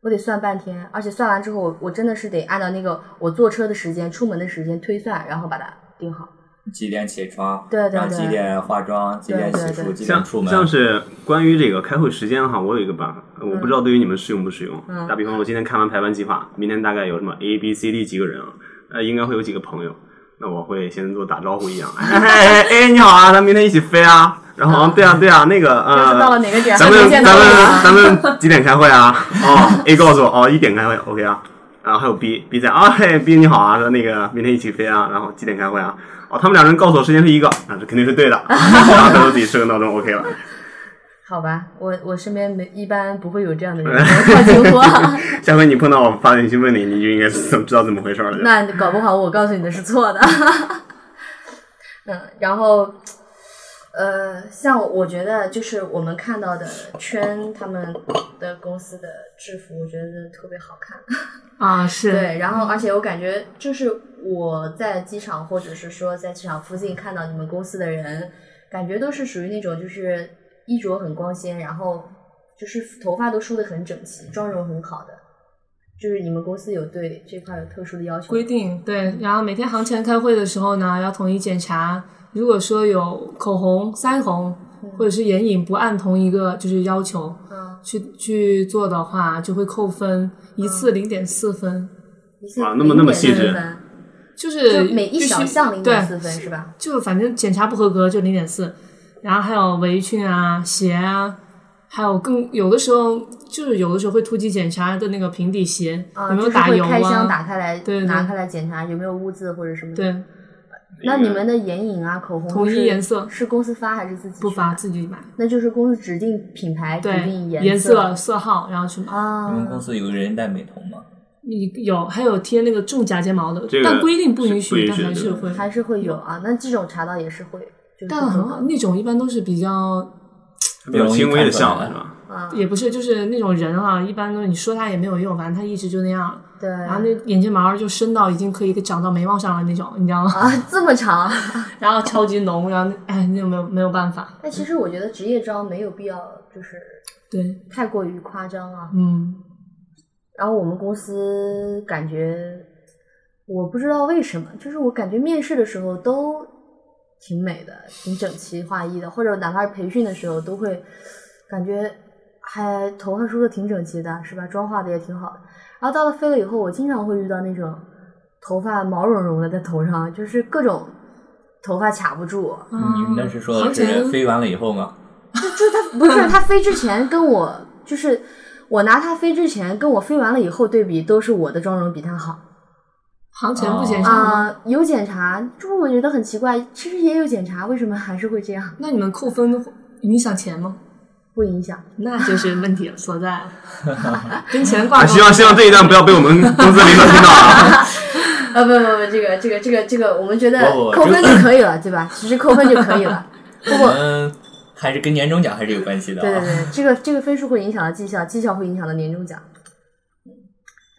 [SPEAKER 3] 我得算半天，而且算完之后，我我真的是得按照那个我坐车的时间、出门的时间推算，然后把它定好。
[SPEAKER 4] 几点起床，
[SPEAKER 3] 对对对
[SPEAKER 4] 然后几点化妆，几点洗
[SPEAKER 3] 对
[SPEAKER 4] 漱，
[SPEAKER 3] 对
[SPEAKER 4] 几点
[SPEAKER 2] 像
[SPEAKER 4] 出门。
[SPEAKER 2] 像是关于这个开会时间的话，我有一个办法，呃我不知道对于你们适用不适用。
[SPEAKER 3] 嗯
[SPEAKER 2] 打比方，我今天看完排班计划，明天大概有什么 A、B、C、D 几个人啊？呃，应该会有几个朋友。那我会先做打招呼一样， 哎哎哎哎，你好啊，咱们明天一起飞啊。然后，对啊对啊，那个
[SPEAKER 3] 要是到了
[SPEAKER 2] 呃，
[SPEAKER 3] 哪个点还
[SPEAKER 2] 咱
[SPEAKER 3] 没
[SPEAKER 2] 们
[SPEAKER 3] 啊见
[SPEAKER 2] 咱
[SPEAKER 3] 到
[SPEAKER 2] 们
[SPEAKER 3] 我
[SPEAKER 2] 咱们几点开会 啊？哦，A 告诉我哦，一点开会，OK 啊。然后还有 B，B 在啊，嘿，B 你好啊，说那个明天一起飞啊，然后几点开会啊？哦，他们两人告诉我时间是一个，啊，这肯定是对的， 然后等我自己设个闹钟 OK 了。
[SPEAKER 3] 好吧，我我身边没一般不会有这 样的人，我靠情况。
[SPEAKER 2] 下回你碰到我发短信问你，你就应该怎么知道怎么回事了。就
[SPEAKER 3] 那搞不好我告诉你的是错的。 嗯，然后，呃，像我觉得就是我们看到的圈他们的公司的制服，我觉得特别好看。
[SPEAKER 7] 啊，是
[SPEAKER 3] 对，然后而且我感觉就是我在机场或者是说在机场附近看到你们公司的人，感觉都是属于那种就是衣着很光鲜，然后就是头发都梳得很整齐，妆容很好的。就是你们公司有对这块有特殊的要求吗？
[SPEAKER 7] 规定对。然后每天行前开会的时候呢，要统一检查，如果说有口红、腮红或者是眼影不按同一个就是要求
[SPEAKER 3] 嗯
[SPEAKER 7] 去去做的话，就会扣分，一次零点四分，
[SPEAKER 3] 一次
[SPEAKER 2] 啊哇那么那么
[SPEAKER 3] 0.4
[SPEAKER 2] 细致
[SPEAKER 3] 分
[SPEAKER 7] 就是
[SPEAKER 3] 就每一
[SPEAKER 7] 必须
[SPEAKER 3] 小项零
[SPEAKER 7] 对
[SPEAKER 3] 点四分是吧？
[SPEAKER 7] 就反正检查不合格就零点四，然后还有围裙啊、鞋啊，还有更有的时候就是有的时候会突击检查的那个平底鞋、
[SPEAKER 3] 啊，
[SPEAKER 7] 有没有
[SPEAKER 3] 就是
[SPEAKER 7] 打
[SPEAKER 3] 会
[SPEAKER 7] 油
[SPEAKER 3] 开箱打
[SPEAKER 7] 啊，
[SPEAKER 3] 开来，
[SPEAKER 7] 对对
[SPEAKER 3] 拿开来检查有没有污渍或者什么的。，
[SPEAKER 7] 对，
[SPEAKER 3] 那你们的眼影啊、口红
[SPEAKER 7] 统一
[SPEAKER 3] 是
[SPEAKER 7] 颜色
[SPEAKER 3] 是公司发还是自己
[SPEAKER 7] 不
[SPEAKER 3] 去
[SPEAKER 7] 发
[SPEAKER 3] 买？
[SPEAKER 7] 自己买，
[SPEAKER 3] 那就是公司指定品牌、指
[SPEAKER 7] 对，
[SPEAKER 3] 定
[SPEAKER 7] 颜
[SPEAKER 3] 色
[SPEAKER 7] 色号然后去买。
[SPEAKER 3] 啊
[SPEAKER 2] 嗯
[SPEAKER 4] 你。们公司有人戴美瞳吗？
[SPEAKER 7] 你有还有贴那个种假睫毛的，
[SPEAKER 2] 这个
[SPEAKER 7] 但规定不允
[SPEAKER 2] 是不
[SPEAKER 7] 许，
[SPEAKER 2] 允
[SPEAKER 7] 但
[SPEAKER 2] 许
[SPEAKER 7] 还
[SPEAKER 2] 的
[SPEAKER 7] 是会，
[SPEAKER 3] 还是会有啊，那这种查到也是会，就是
[SPEAKER 7] 但很好，
[SPEAKER 3] 会
[SPEAKER 7] 那种一般都是比较
[SPEAKER 2] 比较轻微的项目是吧？
[SPEAKER 3] 啊，
[SPEAKER 7] 也不是就是那种人啊，一般都你说他也没有用，反正他一直就那样。
[SPEAKER 3] 对，
[SPEAKER 7] 然后那眼睫毛就深到已经可以长到眉毛上了那种，你知道吗？
[SPEAKER 3] 啊这么长，
[SPEAKER 7] 然后超级浓，然后哎，那没有没有办法，
[SPEAKER 3] 但其实我觉得职业招没有必要就是
[SPEAKER 7] 对，
[SPEAKER 3] 太过于夸张啊，
[SPEAKER 7] 嗯，
[SPEAKER 3] 然后我们公司感觉，我不知道为什么，就是我感觉面试的时候都挺美的，挺整齐划一的，或者哪怕是培训的时候都会感觉还头发梳的挺整齐的，是吧？妆化的也挺好的。然后到了飞了以后，我经常会遇到那种头发毛茸茸的在头上，就是各种头发卡不住，
[SPEAKER 2] 嗯
[SPEAKER 4] 你们那是说
[SPEAKER 7] 啊行
[SPEAKER 4] 的是
[SPEAKER 7] 情
[SPEAKER 4] 飞完了以后吗？
[SPEAKER 3] 不是他飞之前跟我就是我拿他飞之前跟我飞完了以后对比，都是我的妆容比他好。
[SPEAKER 7] 行前不检查吗？
[SPEAKER 3] 啊、有检查，这我觉得很奇怪。其实也有检查，为什么还是会这样？
[SPEAKER 7] 那你们扣分影响钱吗？
[SPEAKER 3] 不影响。
[SPEAKER 7] 那就是问题所在 了，跟钱挂
[SPEAKER 2] 啊，
[SPEAKER 7] 钩。
[SPEAKER 2] 希望希望这一段不要被我们公司领导听到啊！
[SPEAKER 3] 啊，不不不，这个这个这个这个，我们觉得
[SPEAKER 4] 不不
[SPEAKER 3] 扣分就可以了，对吧？只是扣分就可以了。不
[SPEAKER 4] 我
[SPEAKER 3] 过
[SPEAKER 4] 们还是跟年终奖还是有关系的、啊。
[SPEAKER 3] 对对对，这个这个分数会影响到绩效，绩效会影响到年终奖。嗯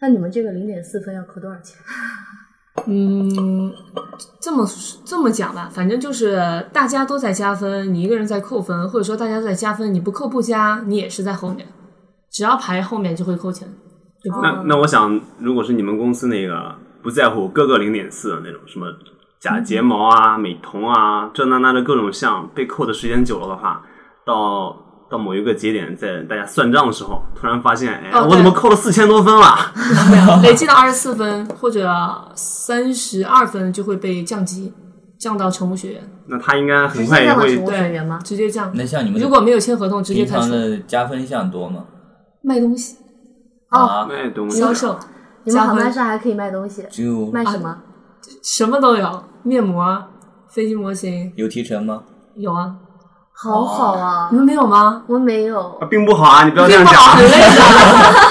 [SPEAKER 3] 那你们这个零点四分要扣多少钱？
[SPEAKER 7] 嗯，这么这么讲吧，反正就是大家都在加分，你一个人在扣分，或者说大家都在加分，你不扣不加，你也是在后面，只要排后面就会扣钱。对不
[SPEAKER 2] 那那我想，如果是你们公司那个不在乎各个零点四的那种什么假
[SPEAKER 7] 嗯
[SPEAKER 2] 睫毛啊、美瞳啊，这那那的各种项被扣的时间久了的话，到到某一个节点，在大家算账的时候，突然发现，哎，
[SPEAKER 7] 哦对
[SPEAKER 2] 我怎么扣了四千多分了？
[SPEAKER 7] 累计到二十四分或者三十二分就会被降级，降到乘务学员，
[SPEAKER 2] 那他应该很
[SPEAKER 3] 直
[SPEAKER 2] 快
[SPEAKER 3] 接
[SPEAKER 2] 也
[SPEAKER 3] 降到
[SPEAKER 2] 会
[SPEAKER 3] 乘务学员吗？
[SPEAKER 7] 直接降。
[SPEAKER 4] 那像你们
[SPEAKER 7] 如果没有签合同，直接
[SPEAKER 4] 平
[SPEAKER 7] 开
[SPEAKER 4] 常
[SPEAKER 7] 除。
[SPEAKER 4] 的加分项多吗？
[SPEAKER 7] 卖东西、
[SPEAKER 3] 哦，
[SPEAKER 4] 啊，
[SPEAKER 2] 卖东西
[SPEAKER 7] 销售，
[SPEAKER 3] 你们航
[SPEAKER 7] 加
[SPEAKER 3] 班
[SPEAKER 7] 分
[SPEAKER 3] 上还可以卖东西，
[SPEAKER 4] 只有
[SPEAKER 3] 卖什么？
[SPEAKER 7] 什么都有，面膜、飞机模型
[SPEAKER 4] 有提成吗？
[SPEAKER 7] 有啊。
[SPEAKER 3] 好好啊
[SPEAKER 7] 你，们没有吗？
[SPEAKER 3] 我没有
[SPEAKER 2] 啊，。并不好啊，你不要这样
[SPEAKER 7] 不
[SPEAKER 2] 讲。
[SPEAKER 7] 好，很累的，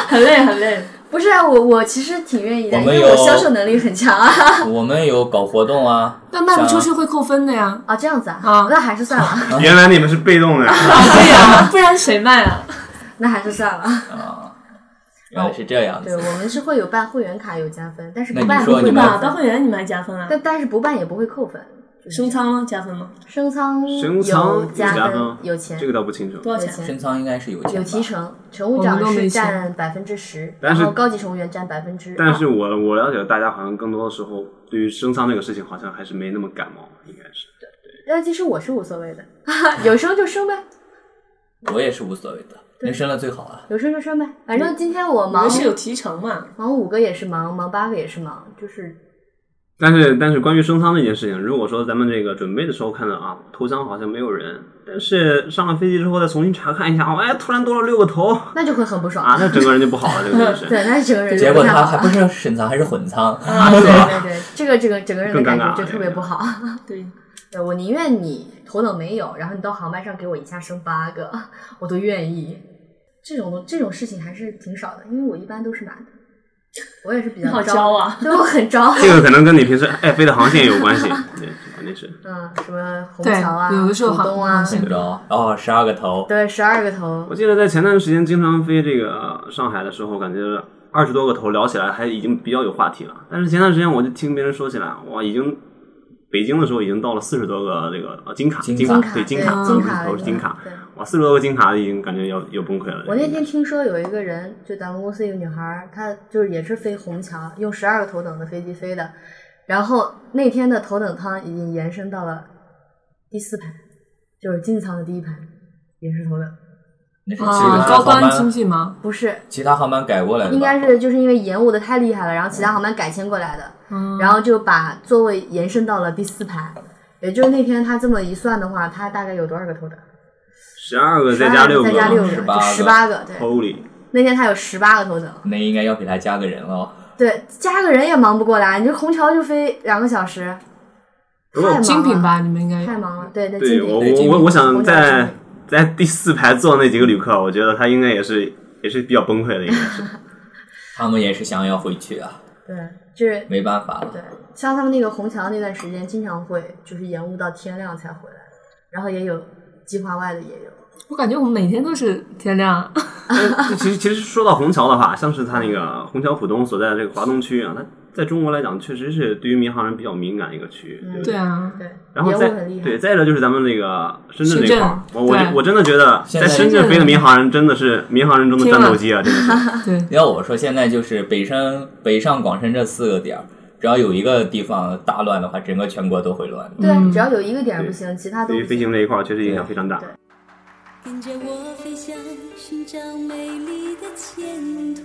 [SPEAKER 7] 很累很累。
[SPEAKER 3] 不是啊，我我其实挺愿意的，
[SPEAKER 4] 我
[SPEAKER 3] 因
[SPEAKER 4] 们
[SPEAKER 3] 为我
[SPEAKER 4] 有
[SPEAKER 3] 销售能力很强啊。
[SPEAKER 4] 我们有搞活动啊，
[SPEAKER 7] 但卖不出去会扣分的呀。
[SPEAKER 3] 啊，这样子啊，
[SPEAKER 7] 啊
[SPEAKER 3] 那还是算了，
[SPEAKER 2] 原来你们是被动的，
[SPEAKER 7] 对啊呀、不然谁卖啊？
[SPEAKER 3] 那还是算了。
[SPEAKER 4] 啊原来是这样
[SPEAKER 3] 哦对，
[SPEAKER 4] 子。
[SPEAKER 3] 我们是会有办会员卡有加分，但是
[SPEAKER 4] 那
[SPEAKER 3] 不
[SPEAKER 4] 你
[SPEAKER 3] 办不
[SPEAKER 4] 说
[SPEAKER 3] 会
[SPEAKER 4] 你们
[SPEAKER 3] 扣
[SPEAKER 9] 啊，办
[SPEAKER 3] 分，
[SPEAKER 9] 会员你们还加分啊？
[SPEAKER 3] 但但是不办也不会扣分。
[SPEAKER 9] 升舱吗？加分吗？
[SPEAKER 3] 升舱
[SPEAKER 2] 升舱
[SPEAKER 3] 有加
[SPEAKER 2] 有加分
[SPEAKER 3] 有钱
[SPEAKER 2] 这个倒不清楚。
[SPEAKER 9] 多少
[SPEAKER 3] 有
[SPEAKER 9] 钱？
[SPEAKER 4] 深
[SPEAKER 3] 钱
[SPEAKER 4] 仓应该是有钱吧
[SPEAKER 3] 有提成，乘务
[SPEAKER 7] 我
[SPEAKER 3] 长
[SPEAKER 7] 们都
[SPEAKER 3] 是
[SPEAKER 7] 没
[SPEAKER 3] 占百分之十，
[SPEAKER 2] 但
[SPEAKER 3] 然
[SPEAKER 2] 是
[SPEAKER 3] 后高级乘务员占百分之，哦
[SPEAKER 2] 但是我我了解的，大家好像更多的时候对于升舱这个事情，好像还是没那么感冒，应该是。
[SPEAKER 3] 但其实我是无所谓的， 有升就升呗，
[SPEAKER 4] 我也是无所谓的，能升了最好啊。
[SPEAKER 3] 有升就升呗，反正今天我
[SPEAKER 9] 你
[SPEAKER 3] 忙
[SPEAKER 9] 们是有提成嘛？
[SPEAKER 3] 忙五个也是忙，忙八个也是忙，就是
[SPEAKER 2] 但是但是关于升舱这件事情，如果说咱们这个准备的时候看到啊头舱好像没有人，但是上了飞机之后再重新查看一下，哦哎突然多了六个头啊，
[SPEAKER 3] 那就会很不爽。
[SPEAKER 2] 那整个人就不好了，这个就是。
[SPEAKER 3] 对，那整个人
[SPEAKER 4] 结
[SPEAKER 3] 就
[SPEAKER 4] 果
[SPEAKER 3] 不太
[SPEAKER 4] 他
[SPEAKER 3] 好
[SPEAKER 4] 还不是深仓，还是混仓。
[SPEAKER 3] 啊，对对对，这个这个整个人的
[SPEAKER 2] 更尴
[SPEAKER 3] 感觉
[SPEAKER 2] 尬
[SPEAKER 3] 就特别不好。
[SPEAKER 9] 对，
[SPEAKER 3] 对呃我宁愿你头等没有，然后你到航班上给我一下升八个， 我都愿意。这种这种事情还是挺少的，因为我一般都是男的，我也是比
[SPEAKER 9] 你好
[SPEAKER 3] 较
[SPEAKER 9] 招
[SPEAKER 3] 招，
[SPEAKER 9] 啊！
[SPEAKER 3] 对我很招。
[SPEAKER 2] 这个可能跟你平时爱飞的航线有关系， 对，肯定是。
[SPEAKER 3] 嗯，什么虹
[SPEAKER 7] 对
[SPEAKER 3] 桥啊，
[SPEAKER 7] 有的时候
[SPEAKER 3] 浦
[SPEAKER 7] 航
[SPEAKER 3] 东啊
[SPEAKER 7] 航，线
[SPEAKER 4] 怎么着？哦，十二个头，
[SPEAKER 3] 对，十二个头
[SPEAKER 2] 我，记得在前段时间经常飞这个呃上海的时候，感觉二十多个头聊起来还已经比较有话题了。但是前段时间我就听别人说起来，哇，已经北京的时候已经到了四十多个这个呃金卡，
[SPEAKER 4] 金
[SPEAKER 2] 金
[SPEAKER 4] 卡
[SPEAKER 2] 对
[SPEAKER 3] 金
[SPEAKER 2] 金卡，
[SPEAKER 3] 金
[SPEAKER 2] 不是
[SPEAKER 3] 卡
[SPEAKER 2] 头
[SPEAKER 3] 了
[SPEAKER 2] 是
[SPEAKER 3] 已
[SPEAKER 2] 金
[SPEAKER 3] 经
[SPEAKER 2] 卡，
[SPEAKER 3] 对
[SPEAKER 2] 哇，四十多个金卡已经感觉要要崩溃了。
[SPEAKER 3] 我那天听说有一个人，就咱们公司一个女孩儿，她就是也是飞虹桥，用十二个头等的飞机飞的，然后那天的头等舱已经延伸到了第四排，就是经济舱的第一排，也是头等，
[SPEAKER 4] 那是其
[SPEAKER 7] 啊，
[SPEAKER 4] 他
[SPEAKER 7] 高
[SPEAKER 4] 航班，
[SPEAKER 7] 端经济吗？
[SPEAKER 3] 不是，
[SPEAKER 4] 其他航班改过来的吧？
[SPEAKER 3] 应该是就是因为延误的太厉害了，然后其他航班改签过来的，
[SPEAKER 7] 嗯，
[SPEAKER 3] 然后就把座位延伸到了第四排，也就是那天她这么一算的话，她大概有多少个头等？
[SPEAKER 2] 十二个
[SPEAKER 3] 十
[SPEAKER 2] 再
[SPEAKER 3] 二
[SPEAKER 2] 加
[SPEAKER 3] 个，
[SPEAKER 2] 六
[SPEAKER 3] 再加六
[SPEAKER 2] 个
[SPEAKER 3] 个，
[SPEAKER 4] 18
[SPEAKER 3] 就十八个，对，
[SPEAKER 2] ，Holy，
[SPEAKER 3] 那天她有十八个头等。
[SPEAKER 4] 那应该要给他加个人了。哦
[SPEAKER 3] 对，加个人也忙不过来，你这虹桥就飞两个小时，太
[SPEAKER 2] 如果
[SPEAKER 3] 忙了，
[SPEAKER 7] 精品吧，你们应该
[SPEAKER 3] 太忙了。对，那
[SPEAKER 2] 对
[SPEAKER 3] 精
[SPEAKER 2] 我
[SPEAKER 3] 品，
[SPEAKER 4] 对
[SPEAKER 2] 我
[SPEAKER 4] 精
[SPEAKER 2] 我
[SPEAKER 4] 品
[SPEAKER 2] 我想
[SPEAKER 3] 红桥精
[SPEAKER 2] 在
[SPEAKER 3] 品
[SPEAKER 2] 在第四排坐那几个旅客，我觉得他应该也是也是比较崩溃的，应 该是。
[SPEAKER 4] 他们也是想要回去啊，
[SPEAKER 3] 对，就是
[SPEAKER 4] 没办法了。
[SPEAKER 3] 对，像他们那个虹桥那段时间，经常会就是延误到天亮才回来，然后也有计划外的也有。
[SPEAKER 7] 我感觉我们每天都是天亮，
[SPEAKER 3] 嗯
[SPEAKER 2] 但其实其实说到虹桥的话，像是它那个虹桥浦东所在的这个华东区啊，它在中国来讲，确实是对于民航人比较敏感一个区域，对不
[SPEAKER 7] 对
[SPEAKER 2] 对？
[SPEAKER 7] 啊，
[SPEAKER 3] 嗯对，
[SPEAKER 2] 然后
[SPEAKER 3] 延误
[SPEAKER 2] 再
[SPEAKER 3] 很厉害。
[SPEAKER 2] 对，再者就是咱们那个深圳那
[SPEAKER 7] 深
[SPEAKER 2] 块儿，我我
[SPEAKER 7] 对
[SPEAKER 2] 我真的觉得
[SPEAKER 4] 现
[SPEAKER 2] 在
[SPEAKER 4] 在
[SPEAKER 2] 深圳飞的民航人真的是民航人中的战斗机啊，真的是。
[SPEAKER 7] 对，
[SPEAKER 4] 要我说，现在就是北深、北上广深这四个点儿，只要有一个地方大乱的话，整个全国都会乱。
[SPEAKER 3] 对
[SPEAKER 7] 嗯
[SPEAKER 3] 只要有一个点儿不行，其他都
[SPEAKER 2] 对于
[SPEAKER 3] 不
[SPEAKER 2] 飞
[SPEAKER 3] 行。
[SPEAKER 2] 行这一块儿，确实影响非常大。
[SPEAKER 10] 跟着我飞翔，寻找美丽的前途。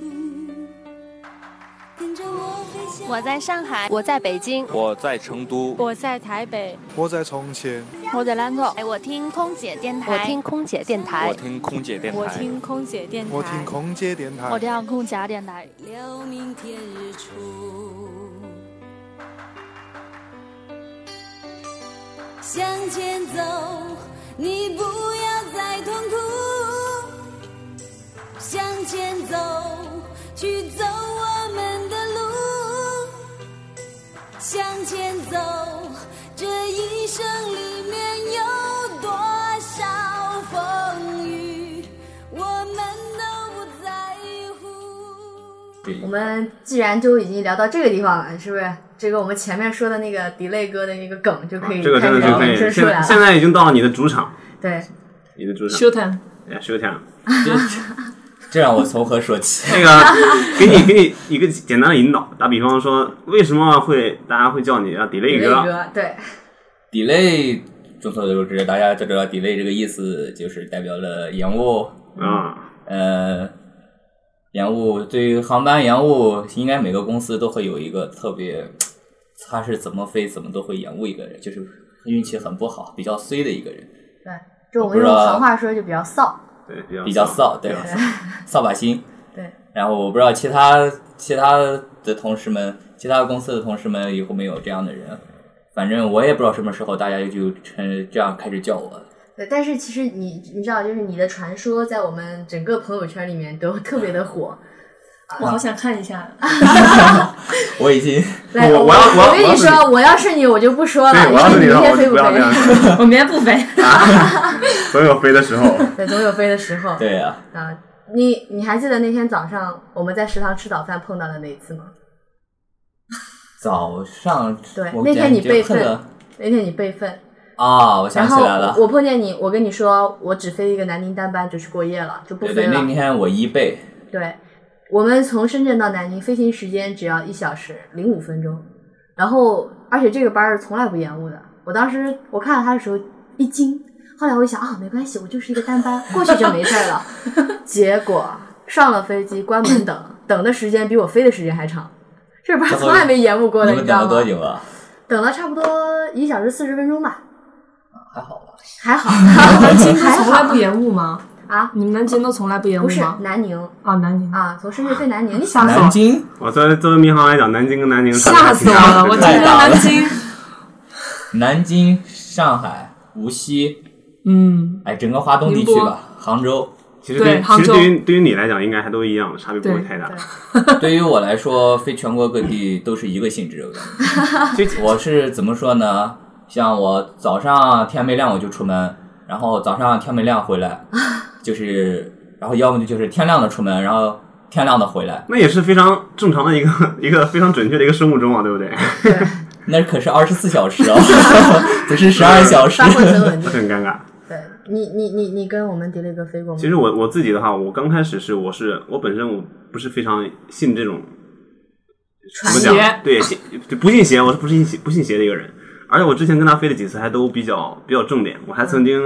[SPEAKER 10] 跟着我飞翔。
[SPEAKER 8] 我在上海，我在北京，
[SPEAKER 6] 我在成都，
[SPEAKER 11] 我在台北，
[SPEAKER 5] 我在从前，
[SPEAKER 11] 我在兰州，
[SPEAKER 8] 哎，我听空姐电台，
[SPEAKER 10] 我听空姐电台。
[SPEAKER 6] 听空姐电
[SPEAKER 11] 我听空姐电台，
[SPEAKER 5] 我听空姐电台
[SPEAKER 11] 我。听空姐电台。
[SPEAKER 10] 聊明天日出。向前走，你不要再痛苦。向前走，去走我们的路。向前走，这一生里面有多少
[SPEAKER 4] 对
[SPEAKER 3] 我们既然都已经聊到这个地方了，是不是？这个我们前面说的那个迪雷哥的那个梗就可以
[SPEAKER 2] 啊这个
[SPEAKER 3] 开
[SPEAKER 2] 真
[SPEAKER 3] 始
[SPEAKER 2] 的就可
[SPEAKER 3] 延
[SPEAKER 2] 以。
[SPEAKER 3] 伸出
[SPEAKER 2] 现
[SPEAKER 3] 来
[SPEAKER 2] 在
[SPEAKER 3] 了。
[SPEAKER 2] 现在已经到了你的主场，
[SPEAKER 3] 对，
[SPEAKER 2] 你的主场。
[SPEAKER 7] 休谈。
[SPEAKER 2] 哎，休谈。
[SPEAKER 4] 这让我从何说起？
[SPEAKER 2] 那个，给你给你一个简单的引导，打比方说，为什么会大家会叫你啊
[SPEAKER 3] 迪
[SPEAKER 2] delay
[SPEAKER 3] 雷
[SPEAKER 2] 哥？
[SPEAKER 3] 哥，对，
[SPEAKER 4] delay，众所周知，大家都知道 delay 这个意思就是代表了延误，
[SPEAKER 2] 啊，
[SPEAKER 4] 呃，延误对于航班延误，应该每个公司都会有一个特别，他是怎么飞怎么都会延误一个人，就是运气很不好，比较衰的一个人，
[SPEAKER 3] 对，就我
[SPEAKER 4] 我
[SPEAKER 3] 们
[SPEAKER 4] 不知
[SPEAKER 3] 用
[SPEAKER 4] 道
[SPEAKER 3] 行话说就比较扫。
[SPEAKER 2] 对，比较
[SPEAKER 4] 比较
[SPEAKER 2] 骚。
[SPEAKER 4] 臊，对吧
[SPEAKER 3] 对？
[SPEAKER 4] 扫把星。
[SPEAKER 3] 对。
[SPEAKER 4] 然后我不知道其他其他的同事们，其他公司的同事们有没有这样的人，反正我也不知道什么时候大家就成这样开始叫我了。
[SPEAKER 3] 对，但是其实你你知道，就是你的传说在我们整个朋友圈里面都特别的火。
[SPEAKER 9] 我好想看一下，
[SPEAKER 4] 我已经
[SPEAKER 3] 来，
[SPEAKER 2] 我
[SPEAKER 3] 我
[SPEAKER 2] 我要我要
[SPEAKER 3] 我跟
[SPEAKER 2] 我要
[SPEAKER 3] 你
[SPEAKER 2] 是你
[SPEAKER 3] 说，我要是你，我就不说了，
[SPEAKER 2] 对，
[SPEAKER 3] 因
[SPEAKER 2] 我要是
[SPEAKER 3] 为
[SPEAKER 2] 你的
[SPEAKER 3] 你明
[SPEAKER 2] 话，我就不要
[SPEAKER 3] 天飞不飞
[SPEAKER 2] 这样。
[SPEAKER 9] 我明天不飞。
[SPEAKER 2] 总有飞的时候。
[SPEAKER 3] 对，总有飞的时候。
[SPEAKER 4] 对呀、
[SPEAKER 3] 啊，你你还记得那天早上我们在食堂吃早饭碰到的那一次吗？
[SPEAKER 4] 早上
[SPEAKER 3] 对
[SPEAKER 4] 我
[SPEAKER 3] 那天你
[SPEAKER 4] 简直
[SPEAKER 3] 备
[SPEAKER 4] 恨
[SPEAKER 3] 份
[SPEAKER 4] 得
[SPEAKER 3] 那天你备份，
[SPEAKER 4] 啊，我
[SPEAKER 3] 然
[SPEAKER 4] 想起
[SPEAKER 3] 后
[SPEAKER 4] 来了
[SPEAKER 3] 我，我碰见你，我跟你说，我只飞一个南宁单班就去过夜了，就不
[SPEAKER 4] 对
[SPEAKER 3] 飞
[SPEAKER 4] 对，
[SPEAKER 3] 了。
[SPEAKER 4] 那天我一备，
[SPEAKER 3] 对，我们从深圳到南宁飞行时间只要一小时零五分钟，然后而且这个班儿是从来不延误的。我当时我看到他的时候一惊，后来我一想啊，没关系，我就是一个单班，过去就没事儿 了。结果上了飞机，关门等，等的时间比我飞的时间还长。这班儿从来没延误过的，你
[SPEAKER 4] 你们
[SPEAKER 3] 知
[SPEAKER 4] 等
[SPEAKER 3] 道
[SPEAKER 4] 了
[SPEAKER 3] 吗？
[SPEAKER 4] 多久啊？
[SPEAKER 3] 等了差不多一小时四十分钟吧，
[SPEAKER 4] 啊还好吧，
[SPEAKER 3] 还好，
[SPEAKER 7] 南京都
[SPEAKER 3] 还
[SPEAKER 7] 从来
[SPEAKER 3] 好
[SPEAKER 7] 不延误吗？
[SPEAKER 3] 啊，
[SPEAKER 7] 你们南京都从来不延误
[SPEAKER 3] 不是
[SPEAKER 7] 吗？
[SPEAKER 3] 南宁
[SPEAKER 7] 啊，南宁，
[SPEAKER 3] 啊，从深圳飞南宁，你 想
[SPEAKER 4] 南京
[SPEAKER 2] 我作为作为民航来讲，南京跟南宁差距
[SPEAKER 7] 吓
[SPEAKER 2] 还
[SPEAKER 7] 死
[SPEAKER 2] 挺
[SPEAKER 7] 我
[SPEAKER 2] 大的
[SPEAKER 7] 了！我
[SPEAKER 2] 对
[SPEAKER 7] 听
[SPEAKER 2] 吧
[SPEAKER 7] 说南 京，
[SPEAKER 4] 南京、上海、无锡，
[SPEAKER 7] 嗯，
[SPEAKER 4] 哎，整个华东地区吧，杭州。
[SPEAKER 2] 其实对，
[SPEAKER 7] 对杭
[SPEAKER 2] 其实
[SPEAKER 7] 州
[SPEAKER 2] 对于对于你来讲，应该还都一样，差别不会太大。
[SPEAKER 4] 对于我来说，飞全国各地都是一个性质。我感 觉我是怎么说呢？像我早上天没亮我就出门，然后早上天没亮回 来，就是，然后要么就是天亮的出门，然后天亮的回来。
[SPEAKER 2] 那也是非常正常的一个一个非常准确的一个生物钟啊，对不对？
[SPEAKER 4] 那可是二十四小时 哦，不是十二小时
[SPEAKER 3] 发。挥很稳定。
[SPEAKER 2] 很尴尬。
[SPEAKER 3] 对你，你你你跟我们迪雷哥飞过吗？
[SPEAKER 2] 其实我我自己的话，我刚开始是我是我本身我不是非常信这种怎么
[SPEAKER 7] 传
[SPEAKER 2] 讲
[SPEAKER 7] 邪
[SPEAKER 2] 对信就不信邪，我是不信邪不信邪的一个人。而且我之前跟他飞的几次还都比较比较正点，我还曾经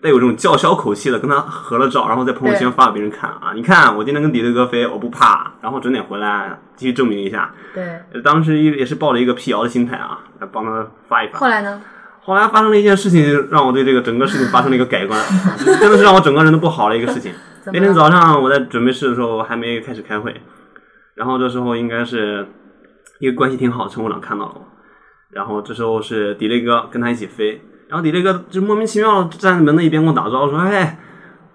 [SPEAKER 2] 带有这种叫嚣口气的跟他合了照，然后在朋友圈发给别人看啊，你看我今天跟迪雷哥飞，我不怕，然后准点回来继续证明一下。
[SPEAKER 3] 对，
[SPEAKER 2] 呃当时也是抱着一个辟谣的心态啊，来帮他发一发。
[SPEAKER 3] 后来呢？
[SPEAKER 2] 后来发生了一件事情，让我对这个整个事情发生了一个改 观，真的是让我整个人都不好的一个事情。
[SPEAKER 3] 怎么
[SPEAKER 2] 那
[SPEAKER 3] 了
[SPEAKER 2] 天早上我在准备室的时候，我还没开始开会，然后这时候应该是一个关系挺好的乘务长看到了我，然后这时候是迪雷哥跟他一起飞，然后迪雷哥就莫名其妙地站在门的一边跟我打招呼说：“哎，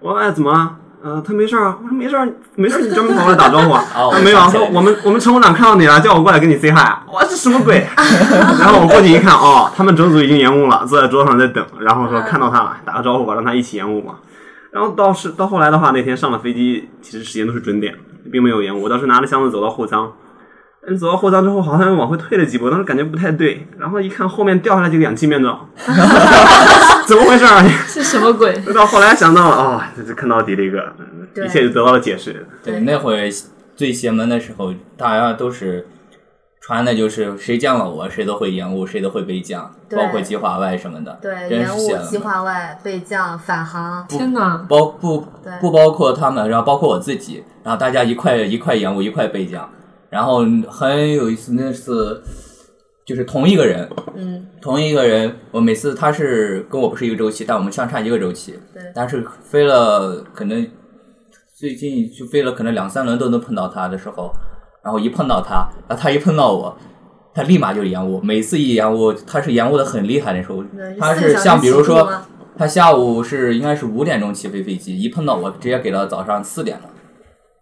[SPEAKER 2] 我哎怎么了？”呃，他没事儿啊。我说没事儿，没事儿，你专门跑过来打招呼啊？
[SPEAKER 4] 哦
[SPEAKER 2] 他没有啊，
[SPEAKER 4] 我想起来
[SPEAKER 2] 说我们我们乘务长看到你了，叫我过来跟你 say hi 啊。哇，这什么鬼？ 然后我过去一看，哦，他们整组已经延误了，坐在桌上在等。然后说看到他了，打个招呼吧，让他一起延误吧。然后到是到后来的话，那天上了飞机，其实时间都是准点，并没有延误。我当时拿着箱子走到后舱，嗯，走到后舱之后，好像往回退了几步，当时感觉不太对。然后一看后面掉下来几个氧气面罩， 怎么回事儿？啊
[SPEAKER 7] 是什么鬼？
[SPEAKER 2] 到后来想到了，哦，这是看到迪雷哥，
[SPEAKER 3] 对
[SPEAKER 2] 一切就得到了解释。
[SPEAKER 4] 对，那会最邪门的时候，大家都是传的就是谁降了我，谁都会延误，谁都会被降，
[SPEAKER 3] 对
[SPEAKER 4] 包括计划外什么的。
[SPEAKER 3] 对，
[SPEAKER 4] 真
[SPEAKER 3] 延
[SPEAKER 4] 是
[SPEAKER 3] 误
[SPEAKER 4] 邪、门
[SPEAKER 3] 计划外、备降、返航，
[SPEAKER 7] 天哪！
[SPEAKER 4] 包不
[SPEAKER 3] 对
[SPEAKER 4] 不包括他们，然后包括我自己，然后大家一块一块演，我一块备讲，然后很有意思，那次就是同一个人，
[SPEAKER 3] 嗯，
[SPEAKER 4] 同一个人，我每次他是跟我不是一个周期，但我们相差一个周期，
[SPEAKER 3] 对
[SPEAKER 4] 但是飞了可能最近就飞了可能两三轮都能碰到他的时候，然后一碰到他，然后他一碰到我。他立马就延误，每次一延误，他是延误的很厉害的时候
[SPEAKER 3] 对，
[SPEAKER 4] 他
[SPEAKER 3] 四个
[SPEAKER 4] 是
[SPEAKER 3] 小时
[SPEAKER 4] 像比如
[SPEAKER 3] 起步
[SPEAKER 4] 说，
[SPEAKER 3] 吗
[SPEAKER 4] 他下午是应该是五点钟起飞飞机，一碰到我直接给到早上四点了，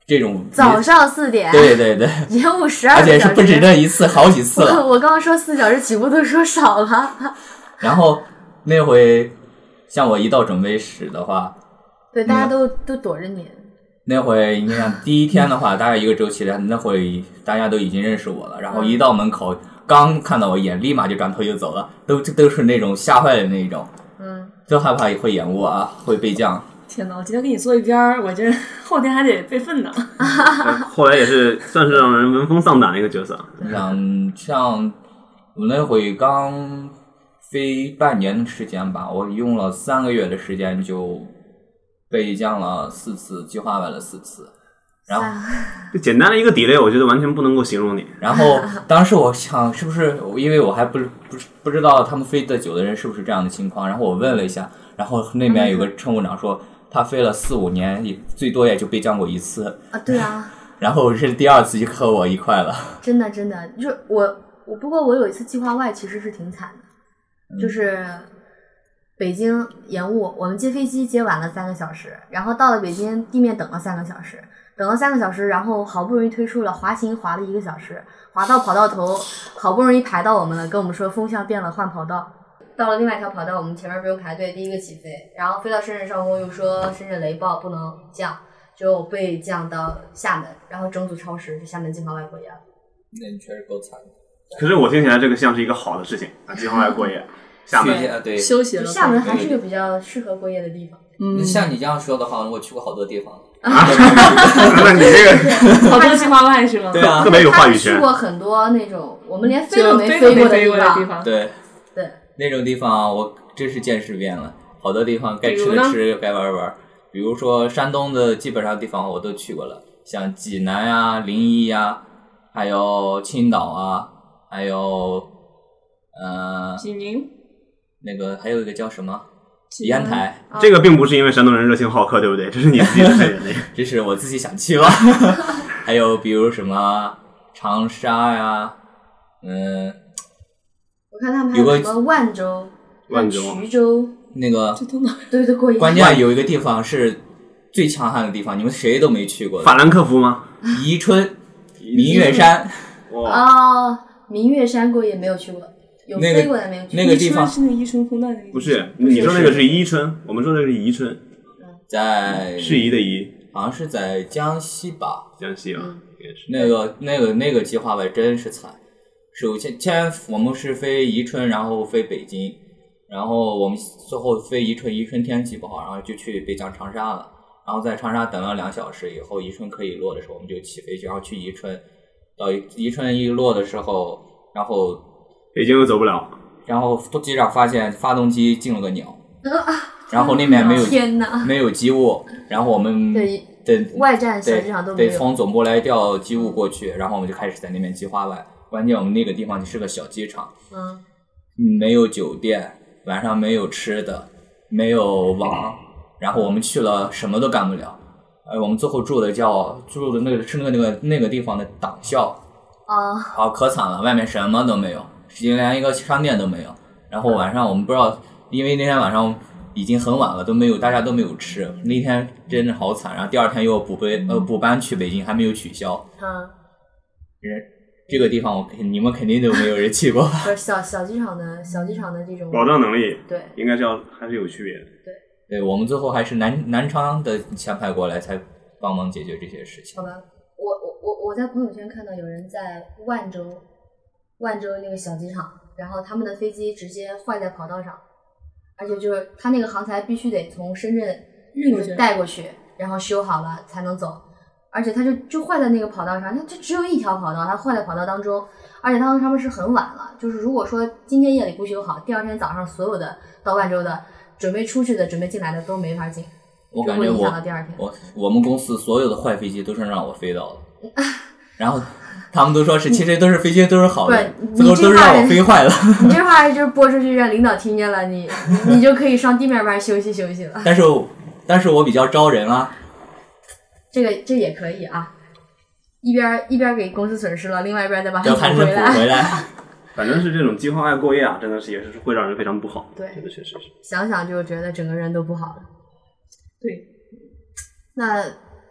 [SPEAKER 4] 这种
[SPEAKER 3] 早上四点，
[SPEAKER 4] 对对对，
[SPEAKER 3] 延误十二
[SPEAKER 4] 而
[SPEAKER 3] 个
[SPEAKER 4] 且
[SPEAKER 3] 小
[SPEAKER 4] 是不止
[SPEAKER 3] 时。
[SPEAKER 4] 这一次，好几次了。
[SPEAKER 3] 我我刚刚说四小时起步都说少了，
[SPEAKER 4] 然后那回像我一到准备室的话，嗯
[SPEAKER 3] 对，大家都都躲着你，
[SPEAKER 4] 那会你想第一天的话，大概一个周期的，那会大家都已经认识我了，然后
[SPEAKER 3] 嗯
[SPEAKER 4] 一到门口，刚看到我一眼，立马就转头就走了，都都是那种吓坏的那种，
[SPEAKER 7] 嗯，
[SPEAKER 4] 就害怕会延误啊，会被降。
[SPEAKER 9] 天哪！我今天跟你坐一边儿，我这后天还得备份呢。
[SPEAKER 2] 呃后来也是算是让人闻风丧胆的一个角色。
[SPEAKER 4] 像像我那会刚飞半年的时间吧，我用了三个月的时间就被降了四次，计划外了四次。然后
[SPEAKER 2] 就简单的一个 delay，我觉得完全不能够形容你。
[SPEAKER 4] 然后当时我想，是不是我因为我还不是不是不知道他们飞得久的人是不是这样的情况？然后我问了一下，然后那边有个乘务长说，他飞了四五年，也最多也就被降过一次。
[SPEAKER 3] 啊，对啊，
[SPEAKER 4] 然后是第二次就和我一块了。
[SPEAKER 3] 真的真的，就是我我不过我有一次计划外其实是挺惨的，就是北京延误，我们接飞机接晚了三个小时，然后到了北京地面等了三个小时，等了三个小时，然后好不容易推出了滑行滑了一个小时，滑到跑道头，好不容易排到我们了，跟我们说风向变了换跑道。到了另外一条跑道，我们前面不用排队，第一个起飞，然后飞到深圳上空又说深圳雷暴不能降，就被降到厦门，然后整组超时，厦门计划外过夜了。
[SPEAKER 4] 那你确实够惨的。
[SPEAKER 2] 可是我听起来这个像是一个好的事情啊，计划外过夜，厦门
[SPEAKER 4] 去对
[SPEAKER 9] 休息了
[SPEAKER 3] 厦门还是个比较适合过夜的地方。
[SPEAKER 4] 那像你这样说的话，我去过好多地方。
[SPEAKER 2] 那你这个
[SPEAKER 9] 好多计划外是吗？
[SPEAKER 4] 对啊
[SPEAKER 2] 特别有话语
[SPEAKER 3] 他去
[SPEAKER 2] 权。
[SPEAKER 3] 过很多那种我们连飞
[SPEAKER 9] 就
[SPEAKER 3] 都没
[SPEAKER 9] 飞都
[SPEAKER 3] 飞
[SPEAKER 9] 没
[SPEAKER 3] 过的
[SPEAKER 9] 飞过的地
[SPEAKER 3] 地
[SPEAKER 9] 方
[SPEAKER 4] 对
[SPEAKER 3] 对，
[SPEAKER 4] 那种地方我真是见识遍了，好多地方该
[SPEAKER 9] 比
[SPEAKER 4] 吃
[SPEAKER 9] 如
[SPEAKER 4] 的
[SPEAKER 9] 呢
[SPEAKER 4] 吃，该玩儿玩儿。比如说山东的基本上地方我都去过了，像济南呀、临沂呀、还有青岛啊，还有呃
[SPEAKER 9] 济宁
[SPEAKER 4] 那个还有一个叫什么
[SPEAKER 9] 济
[SPEAKER 4] 烟
[SPEAKER 9] 南
[SPEAKER 4] 台，
[SPEAKER 2] 这个并不是因为山东人热情好客，对不对？这是你自己的原因。
[SPEAKER 4] 这是我自己想去吧。 还有比如什么长沙呀、嗯、
[SPEAKER 3] 我看他们还
[SPEAKER 4] 有
[SPEAKER 3] 有
[SPEAKER 4] 个
[SPEAKER 3] 什么万州、
[SPEAKER 4] 万州
[SPEAKER 3] 徐州，
[SPEAKER 4] 那个
[SPEAKER 3] 对对，过夜。
[SPEAKER 4] 关键有一个地方是最强悍的地方，你们谁都没去过的。
[SPEAKER 2] 法兰克福吗？
[SPEAKER 4] 宜春、明月山，
[SPEAKER 3] 哦，明月山过夜没有去过，有
[SPEAKER 4] 那个
[SPEAKER 3] 飞过但没有去过。
[SPEAKER 4] 那个地 方
[SPEAKER 9] 是那伊春空难那个地方
[SPEAKER 2] 不是，你说那个是伊春，我们说的是宜春，
[SPEAKER 4] 在
[SPEAKER 2] 适宜的宜，
[SPEAKER 4] 好像是在江西吧？
[SPEAKER 2] 江西啊，
[SPEAKER 3] 嗯
[SPEAKER 4] 那个、那个、那个计划外真是惨。首先，先我们是飞宜春，然后飞北京，然后我们最后飞宜春，宜春天气不好，然后就去北疆长沙了。然后在长沙等了两小时以后，宜春可以落的时候，我们就起飞去，然后去宜春。到宜春一落的时候，然后
[SPEAKER 2] 北京又走不了，
[SPEAKER 4] 然后机长发现发动机进了个鸟，
[SPEAKER 3] 啊
[SPEAKER 4] 然后那边没 有
[SPEAKER 3] 天哪
[SPEAKER 4] 没有机务，然后我们
[SPEAKER 3] 啊对
[SPEAKER 4] 得
[SPEAKER 3] 外站小机场都没
[SPEAKER 4] 得
[SPEAKER 3] 有
[SPEAKER 4] 得从总部来调机务过去，然后我们就开始在那边计划外。关键我们那个地方是个小机场，
[SPEAKER 3] 嗯，
[SPEAKER 4] 没有酒店，晚上没有吃的，没有网，然后我们去了什么都干不了。呃，我们最后住的叫住的那个是那个那个那个地方的党校，
[SPEAKER 3] 哦，
[SPEAKER 4] 好可惨了，外面什么都没有，连一个商店都没有。然后晚上我们不知道，因为那天晚上已经很晚了，都没有大家都没有吃。那天真的好惨。然后第二天又要补班，呃，补班去北京，还没有取消。
[SPEAKER 3] 嗯，。
[SPEAKER 4] 人这个地方我肯，你们肯定都没有人去过
[SPEAKER 3] 不是小小机场的小机场的这种
[SPEAKER 4] 保障能力
[SPEAKER 3] 对，
[SPEAKER 2] 应该是要还是有区别的。
[SPEAKER 4] 对我们最后还是南南昌的前派过来才帮忙解决这些事情
[SPEAKER 3] 好。吧，我我我我在朋友圈看到有人在万州，万州那个小机场，然后他们的飞机直接坏在跑道上，而且就是他那个航材必须得从深圳
[SPEAKER 9] 运过去
[SPEAKER 3] 带过去，然后修好了才能走，而且他就就坏在那个跑道上，它就只有一条跑道，它坏在跑道当中，而且当时他们是很晚了，就是如果说今天夜里不修好，第二天早上所有的到万州的准备出去的、准备进来的都没法进，
[SPEAKER 4] 我
[SPEAKER 3] 就
[SPEAKER 4] 感
[SPEAKER 3] 会
[SPEAKER 4] 觉
[SPEAKER 3] 影
[SPEAKER 4] 我
[SPEAKER 3] 响到第二天。
[SPEAKER 4] 我我们公司所有的坏飞机都是让我飞到的， 然后他们都说是其实都是飞机都是好的，
[SPEAKER 3] 对
[SPEAKER 4] 最后
[SPEAKER 3] 你这
[SPEAKER 4] 都是
[SPEAKER 3] 话
[SPEAKER 4] 让我飞坏了。
[SPEAKER 3] 你这话就是播出去让领导听见了，你你就可以上地面班休息休息了。
[SPEAKER 4] 但是我但是我比较招 人啊，
[SPEAKER 3] 这个这也可以啊，一边儿一边儿给公司损失了，另外一边儿再把它
[SPEAKER 4] 要还是
[SPEAKER 3] 补
[SPEAKER 4] 补回。来。
[SPEAKER 2] 反正是这种计划外过夜啊，真的是也是会让人非常不好。
[SPEAKER 3] 对
[SPEAKER 2] 这个确实是。
[SPEAKER 3] 想想就觉得整个人都不好了。
[SPEAKER 9] 对，
[SPEAKER 3] 那